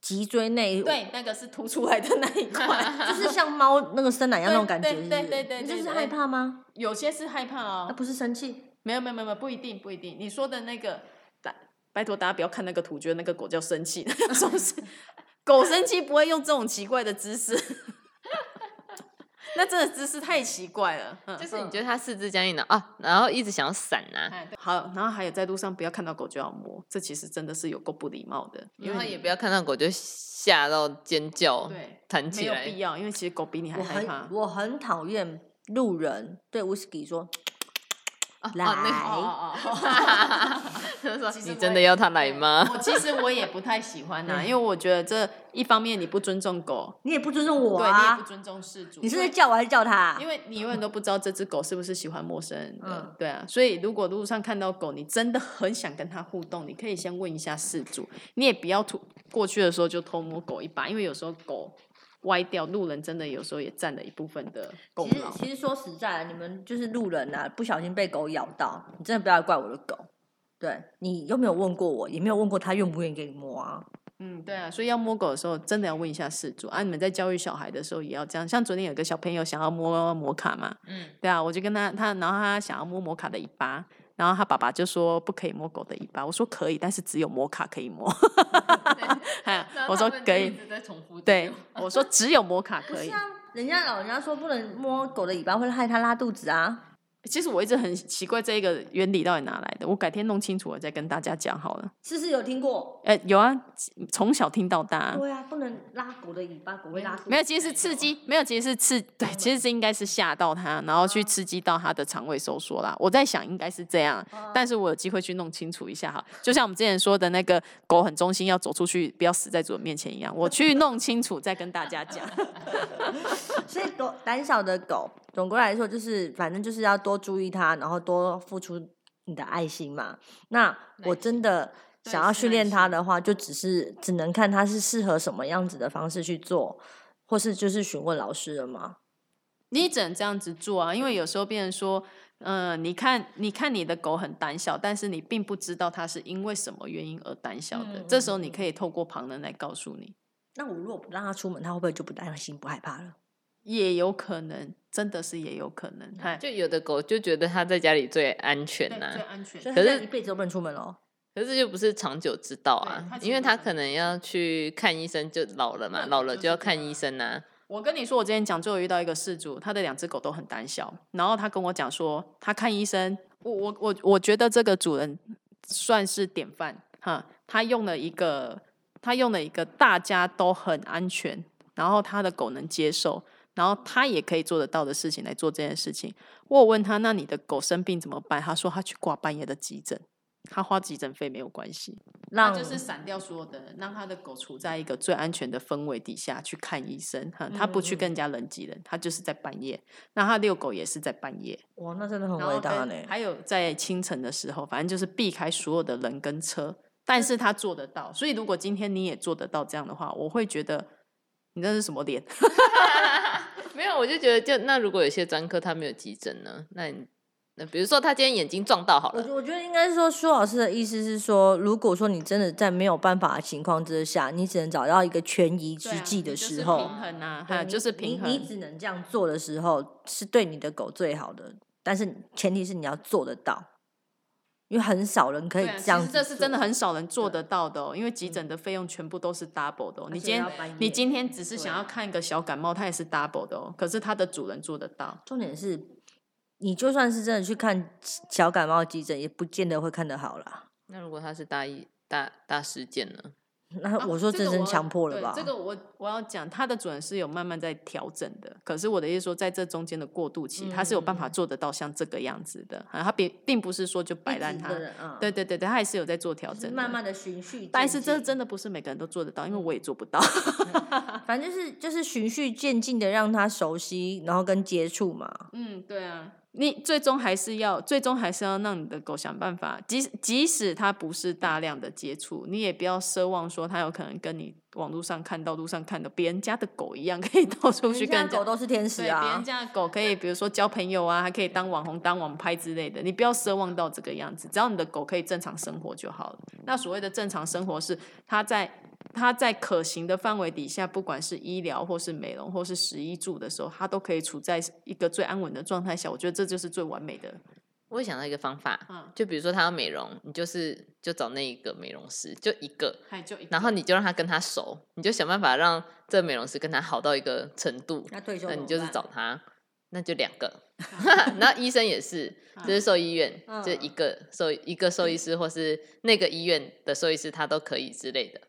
Speaker 2: 脊椎内
Speaker 1: 对，那个是凸出来的那一块，
Speaker 2: 就是像猫那个伸懒腰那种感觉，
Speaker 1: 对
Speaker 2: 是不是
Speaker 1: 对对对对
Speaker 2: 你就是
Speaker 1: 对
Speaker 2: 害怕吗？
Speaker 1: 有些是害怕
Speaker 2: 那
Speaker 1: 哦，
Speaker 2: 啊不是生气，
Speaker 1: 没有没有没有没有，不一定不一定。你说的那个，大拜托大家不要看那个图，觉得那个狗叫生气，那种是 (laughs) 狗生气不会用这种奇怪的姿势， (laughs) 那真的姿势太奇怪了，嗯
Speaker 3: 就是你觉得他四肢僵硬的啊，然后一直想要闪啊呐、
Speaker 1: 哎，对好，然后还有在路上不要看到狗就要摸，这其实真的是有够不礼貌的，因
Speaker 3: 然后
Speaker 1: 为哦
Speaker 3: 也不要看到狗就吓到尖叫，
Speaker 1: 对
Speaker 3: 弹
Speaker 1: 没
Speaker 3: 起
Speaker 1: 有
Speaker 3: 来。
Speaker 1: 必要，因为 (laughs) 其实狗比你还
Speaker 2: 我
Speaker 1: 害怕
Speaker 2: 很。我很讨厌路人对 whisky 说来，
Speaker 1: 哦哦哦
Speaker 3: (laughs) 他说
Speaker 1: 其实
Speaker 3: 你
Speaker 1: 我
Speaker 3: 真的
Speaker 1: 也
Speaker 3: 要它来
Speaker 1: (laughs)
Speaker 3: 吗？
Speaker 1: 我其实我也不太喜欢呐、 (laughs)
Speaker 2: 对
Speaker 1: 因为我觉得这一方面你不尊重狗，
Speaker 2: 你也不尊重我
Speaker 1: 对你也不
Speaker 2: 啊！
Speaker 1: 尊重事主，
Speaker 2: 你是
Speaker 1: 因
Speaker 2: 在
Speaker 1: 为
Speaker 2: 叫我还是叫他啊？
Speaker 1: 因为你永远都不知道这只狗是不是喜欢陌生人的，
Speaker 2: 嗯
Speaker 1: 对啊，所以如果路上看到狗，你真的很想跟它互动，你可以先问一下事主，你也不要突过去的时候就偷摸狗一把，因为有时候狗歪掉，路人真的有时候也占了一部分的功
Speaker 2: 其实
Speaker 1: 劳。
Speaker 2: 其实说实在的，啊你们就是路人啊，不小心被狗咬到，你真的不要怪我的狗。对你又没有问过我，也没有问过他愿不愿意给你摸啊。
Speaker 1: 嗯，对啊，所以要摸狗的时候，真的要问一下事主啊。你们在教育小孩的时候也要这样。像昨天有个小朋友想要摸摩卡嘛，
Speaker 3: 嗯，
Speaker 1: 对啊，我就跟他他，然后他想要摸摩卡的尾巴，然后他爸爸就说不可以摸狗的尾巴，我说可以，但是只有摩卡可以摸。 (laughs) 哎我说可以，
Speaker 3: 在重复
Speaker 1: 对，我说只有摩卡
Speaker 2: 不
Speaker 1: 可
Speaker 2: 是 (laughs)
Speaker 1: 以
Speaker 2: 啊。，人家老人家说不能摸狗的尾巴，会害它拉肚子啊。
Speaker 1: 其实我一直很奇怪这一个原理到底哪来的，我改天弄清楚了再跟大家讲好了。
Speaker 2: 是不是有听过？
Speaker 1: 哎，有啊，从小听到大、啊。
Speaker 2: 对啊，不能拉狗的尾巴，狗会拉肚子。啊
Speaker 1: 没有，其实是刺激，没有，其实是刺，对，其实是应该是吓到他，然后去
Speaker 2: 嗯
Speaker 1: 刺激到他的肠胃收缩啦。我在想应该是这样，
Speaker 2: 嗯
Speaker 1: 但是我有机会去弄清楚一下哈。就像我们之前说的那个狗很忠心，要走出去，不要死在主人面前一样，我去弄清楚再跟大家
Speaker 2: (laughs)
Speaker 1: 讲。
Speaker 2: 所以狗胆小的狗，总归来说就是，反正就是要多注意它，然后多付出你的爱心嘛。那我真的
Speaker 1: 对
Speaker 2: 想要
Speaker 1: 是
Speaker 2: 训
Speaker 1: 耐
Speaker 2: 练它
Speaker 1: 心
Speaker 2: 的话，就只是只能看它是适合什么样子的方式去做，或是就是询问老师了嘛。
Speaker 1: 你只能这样子做啊，因为有时候别人说，呃，你看，你看你的狗很胆小，但是你并不知道它是因为什么原因而胆小的。
Speaker 2: 嗯
Speaker 1: 这时候你可以透过旁人来告诉你，
Speaker 2: 那我如果不让它出门，它会不会就不担心、不害怕了？
Speaker 1: 也有可能，真的是也有可能。嗨
Speaker 3: 就有的狗就觉得它在家里最安全呐、
Speaker 1: 安全
Speaker 2: 所以它
Speaker 3: 可
Speaker 2: 这样
Speaker 3: 是
Speaker 2: 一辈子都不能出门哦喽。
Speaker 3: 可是就不是长久之道啊
Speaker 1: 对它，其实
Speaker 3: 因为
Speaker 1: 不
Speaker 3: 它
Speaker 1: 长
Speaker 3: 可能要去看医生，就老了嘛，老了就要看医生呐、
Speaker 1: 我跟你说，我之前讲座有遇到一个事主，他的两只狗都很胆小，然后他跟我讲说，他看医生，我我我我觉得这个主人算是典范哈，他用了一个他用了一个大家都很安全，然后他的狗能接受，然后他也可以做得到的事情来做这件事情。我有问他，那你的狗生病怎么办？他说他去挂半夜的急诊，他花急诊费没有关系。那
Speaker 2: 让
Speaker 1: 就是闪掉所有的人，让他的狗处在一个最安全的氛围底下去看医生。哈，他不去跟人家人挤人，他就是在半夜。那他遛狗也是在半夜，
Speaker 2: 哇，那真的很
Speaker 1: 然后哎
Speaker 2: 伟大
Speaker 1: 跟
Speaker 2: 呢。
Speaker 1: 还有在清晨的时候，反正就是避开所有的人跟车，但是他做得到。所以如果今天你也做得到这样的话，我会觉得你那是什么脸？
Speaker 3: 没有，我就觉得就那如果有些专科他没有急诊呢，那你那比如说他今天眼睛撞到好
Speaker 2: 我
Speaker 3: 了，
Speaker 2: 觉我觉得应该是说，苏老师的意思是说，如果说你真的在没有办法的情况之下，你只能找到一个权宜
Speaker 1: (laughs) 啊
Speaker 2: 之计的时候，
Speaker 1: 平衡啊，
Speaker 2: 对
Speaker 1: 哈，
Speaker 2: 你
Speaker 1: 就是平
Speaker 2: 你。
Speaker 1: 衡
Speaker 2: 你。只能这样做的时候，是对你的狗最好的，但是前提是你要做得到，因为很少人可以
Speaker 1: 对啊
Speaker 2: 这样
Speaker 1: 其
Speaker 2: 子
Speaker 1: 实
Speaker 2: 做、
Speaker 1: 这是真的很少人做
Speaker 2: 对嗯
Speaker 1: 得到的、哦，因为急诊的费用全部都是 double 的、哦。你
Speaker 2: 而且
Speaker 1: 今天
Speaker 2: 要半夜
Speaker 1: 你今天只是
Speaker 2: 对
Speaker 1: 想要看一个小感冒，它也是 double 的哦。可是它的主人做得到，
Speaker 2: 重点是。你就算是真的去看小感冒急诊，也不见得会看得好啦。
Speaker 3: 那如果他是大一大大事件呢？
Speaker 2: 那
Speaker 1: 啊
Speaker 2: 我说
Speaker 1: 这
Speaker 2: 真
Speaker 1: 个
Speaker 2: 真
Speaker 1: 我
Speaker 2: 强迫了
Speaker 1: 对
Speaker 2: 吧？
Speaker 1: 这个我我要讲，他的主人是有慢慢在调整的。可是我的意思说，在这中间的过渡期，他是有办
Speaker 2: 嗯
Speaker 1: 法做得到像这个样子的。啊，他并并不是说就摆烂他，对对对对，他也是有在做调整的。
Speaker 2: 嗯慢慢的循序，
Speaker 1: 但是这真
Speaker 2: 的，
Speaker 1: 的不是每个人都做得到，因为我也做不到。
Speaker 2: 反正就是就是循序渐进的让他熟悉，然后跟接触嘛。
Speaker 1: 嗯，对啊，你最终还是要，最终还是要让你的狗想办法，即使即使它不是大量的接触，你也不要奢望说它有可能跟你网络上看到、路上看到别人家的狗一样，可以 (laughs) 到处去跟
Speaker 2: 人家
Speaker 1: 人家
Speaker 2: 狗都是天使
Speaker 1: 对，别
Speaker 2: 啊
Speaker 1: 人，家的狗可以，比如说交朋友啊，还可以当网红、当网拍之类的。你不要奢望到这个样子，只要你的狗可以正常生活就好了。那所谓的正常生活是，它在它在可行的范围底下，不管是医疗或是美容或是食衣住的时候，它都可以处在一个最安稳的状态下。我觉得这就是最完美的。
Speaker 3: 我也想到一个方法，
Speaker 1: 嗯，
Speaker 3: 就比如说他要美容，你就是就找那一个美容师，就一个，
Speaker 1: 还就一
Speaker 3: 然后你就让他跟他熟，你就想办法让这美容师跟他好到一个程度，
Speaker 2: 那退休
Speaker 3: 那
Speaker 2: 怎
Speaker 3: 你
Speaker 2: 么
Speaker 3: 就是
Speaker 2: 办
Speaker 3: 找他，那就两个。
Speaker 2: (laughs)
Speaker 3: 然后医生也是，就是兽医院，
Speaker 2: 嗯
Speaker 3: 就是一个兽一个兽医师，或是那个医院的兽医师，他都可以之类的。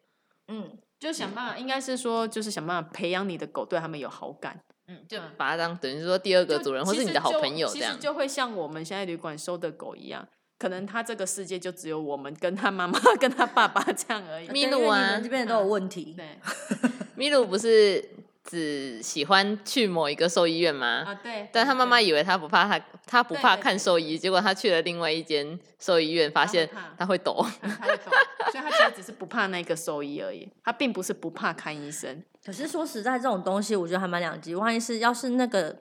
Speaker 2: 嗯，
Speaker 1: 就想办法，应该是说就是想办法培养你的狗对它们有好感。
Speaker 3: 嗯，就把他当等于说第二个
Speaker 1: 就
Speaker 3: 主人，或
Speaker 1: 其
Speaker 3: 是你
Speaker 1: 实
Speaker 3: 的好
Speaker 1: 就
Speaker 3: 朋友这
Speaker 1: 其
Speaker 3: 样嗯
Speaker 1: 实。就会像我们现在旅馆收的狗一样，可能它这个世界就只有我们跟它妈妈、 (laughs) 跟它爸爸这样而已。
Speaker 2: 对
Speaker 3: 咪
Speaker 2: 因
Speaker 3: 路
Speaker 2: 为
Speaker 3: 啊
Speaker 2: 你们这边都有问题，
Speaker 1: 对
Speaker 3: 米鲁不是只喜欢去某一个兽医院吗？
Speaker 1: 啊，对。
Speaker 3: (laughs) 但他妈妈
Speaker 1: 对
Speaker 3: 以为他不怕他，他不
Speaker 1: 对
Speaker 3: 怕
Speaker 1: 对
Speaker 3: 看
Speaker 1: 对
Speaker 3: 兽医，结果他去了另外一间兽医院，发
Speaker 1: 他会
Speaker 3: 现
Speaker 1: 怕
Speaker 3: 他会抖。 (laughs)
Speaker 1: 他也懂，所以它其实只是不怕那个兽医而已，它并不是不怕看医生。
Speaker 2: 可是说实在，这种东西我觉得还蛮两极。万一是要是那个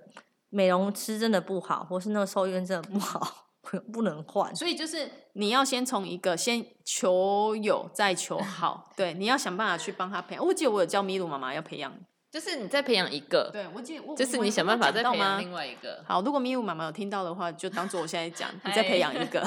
Speaker 2: 美容师真的不好，或是那个兽医院真的不好， (laughs) 不能换。
Speaker 1: 所以就是你要先从一个先求有再求好，对，你要想办法去帮他培养。我记得我有教米露妈妈要培养，
Speaker 3: 就是你再培养一个，
Speaker 1: 对我记得我
Speaker 3: 就是你想办法再培养
Speaker 1: 吗？
Speaker 3: 另外一个。
Speaker 1: 好，如果米露妈妈有听到的话，就当做我现在讲，你再培养一个。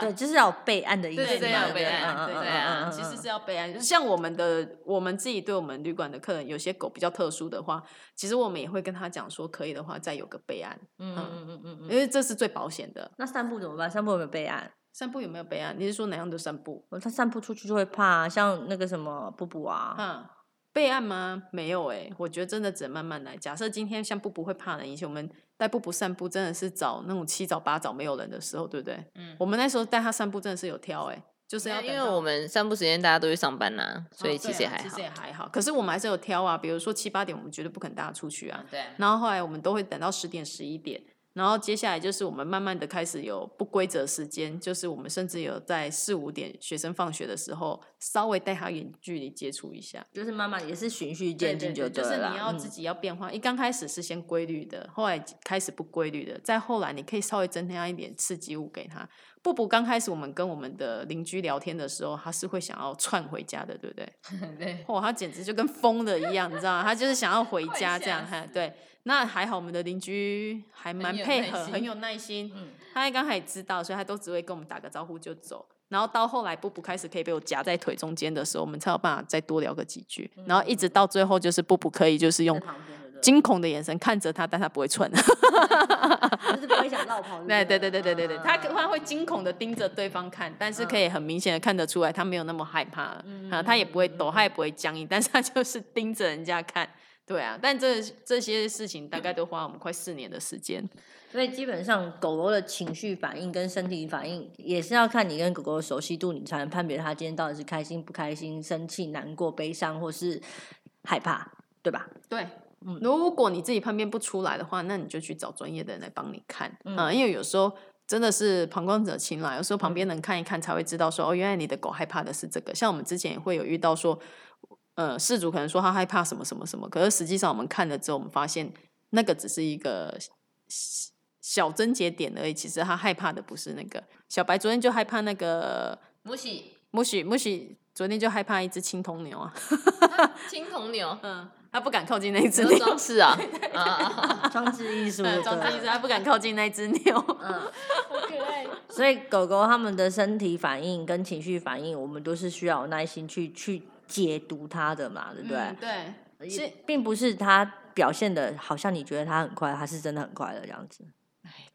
Speaker 2: 对，就是要有备案的意思嘛。
Speaker 1: 对
Speaker 3: 对
Speaker 2: 不
Speaker 3: 要有备案
Speaker 2: 嗯嗯
Speaker 3: 对
Speaker 2: 嗯
Speaker 3: 对
Speaker 2: 嗯嗯
Speaker 3: 啊
Speaker 2: 嗯
Speaker 1: 其实
Speaker 2: 嗯
Speaker 1: 是要备案。像我们的我们自己对我们旅馆的客人，有些狗比较特殊的话，其实我们也会跟他讲说，可以的话再有个备案，
Speaker 2: 嗯嗯嗯嗯嗯。
Speaker 1: 因为这是最保险的。
Speaker 2: 那散步怎么办？散步有没有备案？
Speaker 1: 散步有没有备案？你是说哪样的散步？
Speaker 2: 哦他散步出去就会怕啊、像那个什么布布啊，
Speaker 1: 嗯，备案吗？没有哎、我觉得真的只能慢慢来。假设今天像布布会怕人，以前我们带布布散步真的是找那种七早八早没有人的时候，对不对？
Speaker 3: 嗯，
Speaker 1: 我们那时候带他散步真的是有挑哎、就是
Speaker 2: 啊
Speaker 1: 要
Speaker 3: 因
Speaker 1: 等
Speaker 3: 为
Speaker 1: 到
Speaker 3: 我们散步时间大家都去上班啦，所以
Speaker 1: 哦
Speaker 3: 其
Speaker 1: 对
Speaker 3: 实也
Speaker 1: 啊
Speaker 3: 还
Speaker 1: 其
Speaker 3: 好
Speaker 1: 实。也还好。可是我们还是有挑啊，比如说七八点，我们绝对不肯大家出去啊。
Speaker 3: 对啊，
Speaker 1: 然后后来我们都会等到十点十一点，然后接下来就是我们慢慢的开始有不规则时间，就是我们甚至有在四五点学生放学的时候，稍微带他远距离接触一下。
Speaker 2: 就是妈妈也是循序渐进
Speaker 1: 就
Speaker 2: 对
Speaker 1: 是
Speaker 2: 了啦。嗯
Speaker 1: 你要自己要变化。一刚开始是先规律的，后来开始不规律的，再后来你可以稍微增加一点刺激物给他。布布刚开始我们跟我们的邻居聊天的时候，他是会想要窜回家的，对不对？啊
Speaker 3: 对，
Speaker 1: 哦哇，他简直就跟疯了一样，你知道吗？他就是想要回
Speaker 3: 快
Speaker 1: 家
Speaker 3: 吓
Speaker 1: 这样，
Speaker 3: 死
Speaker 1: 哈，对。那还好，我们的邻居还蛮
Speaker 3: 有
Speaker 1: 配
Speaker 3: 耐
Speaker 1: 合，很
Speaker 3: 心
Speaker 1: 有耐心。
Speaker 2: 嗯
Speaker 1: 他刚才也知道，所以他都只会跟我们打个招呼就走。然后到后来，布布开始可以被我夹在腿中间的时候，我们才有办法再多聊个几句。
Speaker 3: 嗯
Speaker 1: 然后一直到最后，就是布布可以就是
Speaker 2: 在
Speaker 1: 用
Speaker 2: 旁边的，
Speaker 1: 惊恐的眼神看着他，但他不会窜。
Speaker 2: 就是啊不会想绕 (laughs) 跑。
Speaker 1: 对对
Speaker 2: 对
Speaker 1: 对对对对对，他可
Speaker 2: 能
Speaker 1: 他会惊恐的盯着对方看，但是可以很明显的看得出来，他没有那么害怕了啊，他也不会抖，他也不会僵硬，但是他就是盯着人家看。对啊，但这这些事情大概都花我们快四年的时间。
Speaker 2: 所以基本上狗狗的情绪反应跟身体反应也是要看你跟狗狗的熟悉度，你才能判别它今天到底是开心不开心、生气、难过、悲伤或是害怕，对吧？ (laughs)
Speaker 1: 对
Speaker 2: 嗯，
Speaker 1: 如果你自己判别不出来的话，那你就去找专业的人来帮你看
Speaker 2: 嗯
Speaker 1: 啊、因为有时候真的是旁观者清啦，有时候旁边人看一看才会知道说，哦，原来你的狗害怕的是这个。像我们之前也会有遇到说，呃，事主可能说他害怕什么什么什么，可是实际上我们看了之后，我们发现那个只是一个小小症结点而已，其实他害怕的不是那个。小白昨天就害怕那个
Speaker 3: 母喜
Speaker 1: 木许木许，昨天就害怕一只青铜牛啊，
Speaker 3: (laughs) 青铜
Speaker 1: (laughs)
Speaker 3: 牛，
Speaker 1: 嗯，他不敢靠近那一只
Speaker 3: 你说
Speaker 1: 牛。
Speaker 3: 装
Speaker 1: (laughs)
Speaker 3: 饰啊，啊啊啊啊
Speaker 2: 装置艺术，
Speaker 1: 对，装啊置艺术，他不敢靠近那只 (laughs) 牛。
Speaker 2: (laughs) 嗯，
Speaker 3: 好可爱。
Speaker 2: 所以狗狗它们的身体反应跟情绪反应，我们都是需要有耐心去去解读它的嘛，对不对？
Speaker 1: 嗯对，
Speaker 2: 也
Speaker 1: 是
Speaker 2: 并不是它表现的好像你觉得它很快乐，它是真的很快乐这样子。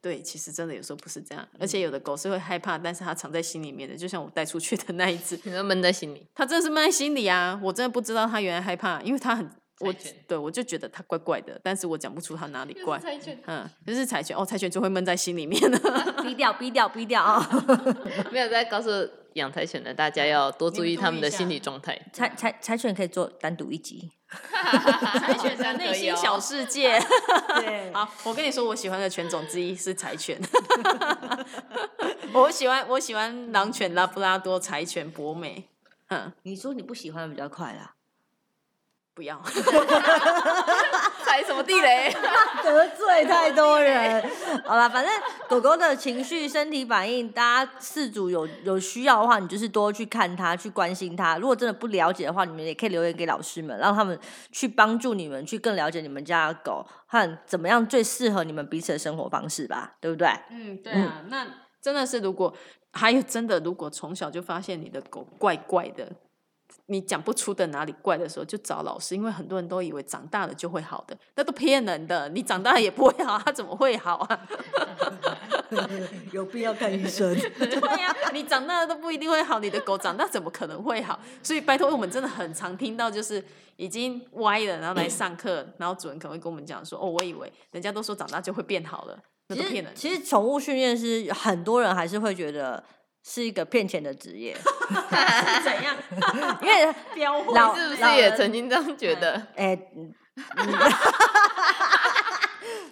Speaker 1: 对，其实真的有时候不是这样，而且有的狗是会害怕，但是它藏在心里面的，就像我带出去的那一只，
Speaker 3: 你都闷在心里。
Speaker 1: 它真的是闷在心里啊！我真的不知道它原来害怕，因为它很我
Speaker 3: 柴犬
Speaker 1: 对我就觉得它怪怪的，但是 (laughs) 我讲不出它哪里怪。
Speaker 3: 猜拳，
Speaker 1: 嗯，就是柴犬哦，柴犬就会闷在心里面的，
Speaker 2: 逼 (laughs) 掉，逼掉，逼掉啊！
Speaker 3: 没有在告诉养柴犬的大家要多注意他们的心理状态。
Speaker 2: (laughs) 柴柴柴犬可以做单独一集。
Speaker 1: 柴
Speaker 3: 柴
Speaker 1: 犬的内心小世 (laughs) 界。
Speaker 2: 对
Speaker 1: 好，我跟你说，我喜欢的犬种之一是柴犬， (laughs) 我喜欢我喜欢狼犬、拉布拉多、柴犬、博美。嗯，
Speaker 2: 你说你不喜欢比较快啦。
Speaker 1: 不要，
Speaker 3: 踩什么地 (laughs) 雷？
Speaker 2: (laughs) 得罪太多人。 (laughs) 好啦，反正狗狗的情绪、身体反应，大家饲主有有需要的话，你就是多去看它，去关心它。如果真的不了解的话，你们也可以留言给老师们，让他们去帮助你们去更了解你们家的狗和怎么样最适合你们彼此的生活方式吧，对不对？
Speaker 1: 嗯，对啊，那真的是如果还有真的，如果从小就发现你的狗怪怪的，你讲不出的哪里怪的时候，就找老师，因为很多人都以为长大了就会好的，那都骗人的。你长大了也不会好，它怎么会好啊？ (laughs)
Speaker 2: 有必要看医生。
Speaker 1: 对呀、你长大了都不一定会好，你的狗长大怎么可能会好？所以拜托，我们真的很常听到，就是已经歪了，然后来上课，然后主任可能会跟我们讲说，哦，我以为人家都说长大就会变好了，那
Speaker 2: 其
Speaker 1: 都骗
Speaker 2: 实
Speaker 1: 人，的。
Speaker 2: 其实宠物训练师很多人还是会觉得是一个骗钱的职业，
Speaker 1: 是怎样？ (laughs)
Speaker 2: 因为
Speaker 1: 标
Speaker 2: 老
Speaker 3: 是不是也曾经这样觉得？
Speaker 2: 哎、嗯 (laughs)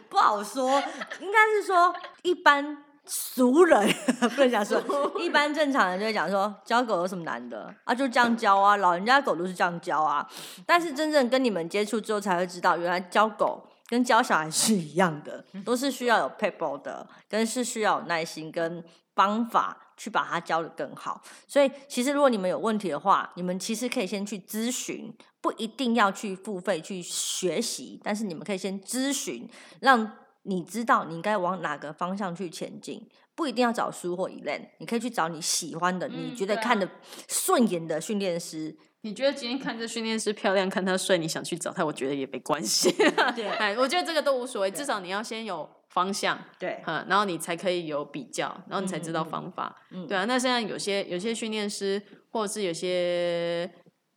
Speaker 2: 不好说，应该是说一般俗人 (laughs) 不能讲说，一般正常人就会讲说，教狗有什么难的啊？就这样教啊，老人家狗都是这样教啊。但是真正跟你们接触之后，才会知道，原来教狗跟教小孩是一样的，
Speaker 1: 嗯
Speaker 2: 都是需要有 people 的，跟是需要有耐心跟方法。去把它教的更好，所以其实如果你们有问题的话，你们其实可以先去咨询，不一定要去付费去学习，但是你们可以先咨询，让你知道你应该往哪个方向去前进。不一定要找书或 e l a n 你可以去找你喜欢的、你
Speaker 1: 嗯
Speaker 2: 觉得
Speaker 1: 对啊
Speaker 2: 看的顺眼的训练师。
Speaker 1: 你觉得今天看这训练师漂亮，看她帅，你想去找她，我觉得也没关系。
Speaker 2: 对
Speaker 1: (laughs) 哎，我觉得这个都无所谓，至少你要先有方向，
Speaker 2: 对
Speaker 1: 嗯，然后你才可以有比较，然后你才知道方法。
Speaker 2: 嗯嗯嗯
Speaker 1: 对啊，那现在有些有些训练师，或者是有些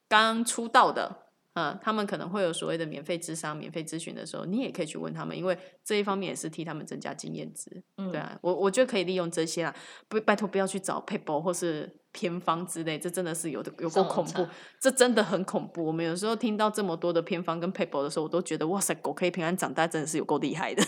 Speaker 1: 刚出道的，嗯，他们可能会有所谓的免费智商、免费咨询的时候，你也可以去问他们，因为这一方面也是替他们增加经验值。
Speaker 2: 嗯
Speaker 1: 对啊，我我觉得可以利用这些啊，不拜托不要去找配包或是偏方之类，这真的是有的有够
Speaker 3: 上网
Speaker 1: 恐
Speaker 3: 查
Speaker 1: 怖，这真的很恐怖。我们有时候听到这么多的偏方跟配包的时候，我都觉得哇塞，狗可以平安长大，真的是有够厉害的。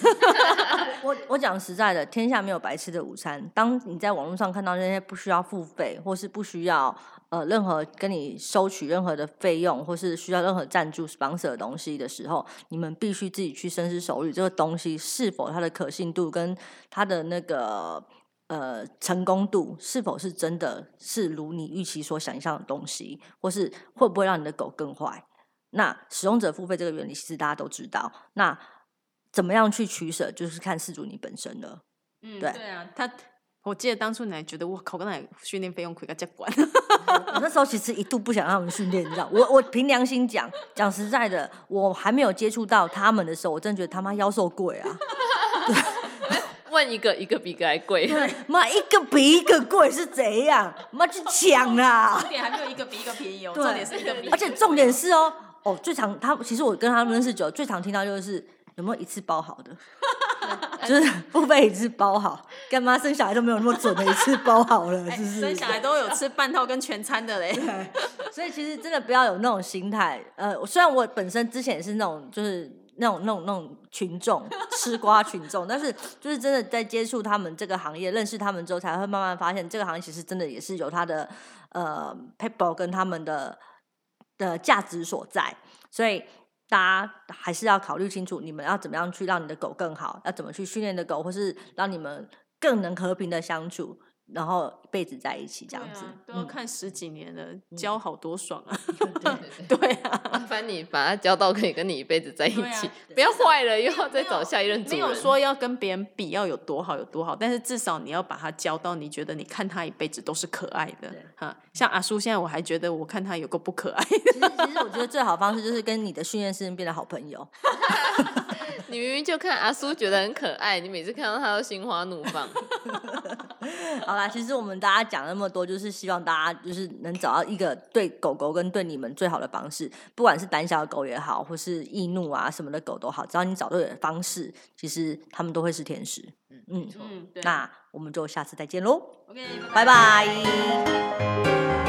Speaker 2: 我我讲实在的，天下没有白吃的午餐。当你在网络上看到那些不需要付费，或是不需要呃任何跟你收取任何的费用，或是需要任何赞助、sponsor 的东西的时候，你们必须自己去深思熟虑，这个东西是否它的可信度跟它的那个呃成功度是否是真的是如你预期所想象的东西，或是会不会让你的狗更坏？那使用者付费这个原理，其实大家都知道。那怎么样去取舍，就是看事主你本身了。
Speaker 1: 嗯
Speaker 2: 对
Speaker 1: 对啊，他我记得当初你还觉得我靠，跟奶训练费用亏个结管，
Speaker 2: 我那时候其实一度不想让他们训练，你知道，我我凭良心讲，讲实在的，我还没有接触到他们的时候，我真的觉得他妈妖兽贵啊，
Speaker 3: 问一个，一个比一个还
Speaker 1: (laughs)
Speaker 3: 贵。
Speaker 2: 妈一个比一个贵是怎样？妈去抢啊啦！
Speaker 1: 重点还没有一个比一个便 (laughs) 宜哦，
Speaker 2: 对
Speaker 1: 重点是一个比一个
Speaker 2: 而且重点是哦，哦，最常他其实我跟他们认识久，最常听到就是有没有一次包好
Speaker 1: (laughs)
Speaker 2: 的，就是付费一次包好，干妈生小孩都没有那么准的一次包好了，是不是？
Speaker 1: 哎生小孩都有吃半套跟全餐的嘞。
Speaker 2: 所以其实真的不要有那种心态。呃，我虽然我本身之前也是那种就是那种那种那种群众吃瓜群众，但是就是真的在接触他们这个行业，认识他们之后，才会慢慢发现这个行业其实真的也是有它的呃 people 跟他们的的价值所在。所以大家还是要考虑清楚，你们要怎么样去让你的狗更好，要怎么去训练你的狗，或是让你们更能和平的相处。然后一辈子在一起这样子，
Speaker 1: 都要
Speaker 2: 嗯
Speaker 1: 看十几年了，教好多爽 (laughs) 啊！
Speaker 3: 对对对
Speaker 1: 嗯对啊，
Speaker 3: 麻烦你把它教到可以跟你一辈子在一
Speaker 1: 对啊
Speaker 3: 起，不要坏了又要再找下一任主
Speaker 1: 没
Speaker 3: 人。
Speaker 1: 有说要跟别人比要有多好有多好，但是至少你要把它教到你觉得你看它一辈子都是可爱的
Speaker 2: 对
Speaker 1: 哈。像阿叔现在我还觉得我看他有个不可爱，
Speaker 2: 其实，其实我觉得最好的方式就是跟你的训练师变得好朋友。
Speaker 3: 你明明就看阿苏觉得很可爱，你每次看到他都心花怒放。
Speaker 2: 好啦，其实我们大家讲那么多，就是希望大家就是能找到一个对狗狗跟对你们最好的方式，不管是胆小的狗也好，或是易怒啊什么的狗都好，只要你找对了方式，其实它们都会是天使。嗯，
Speaker 1: 嗯，对
Speaker 2: 那我们就下次再见喽，
Speaker 1: ，OK，
Speaker 2: 拜拜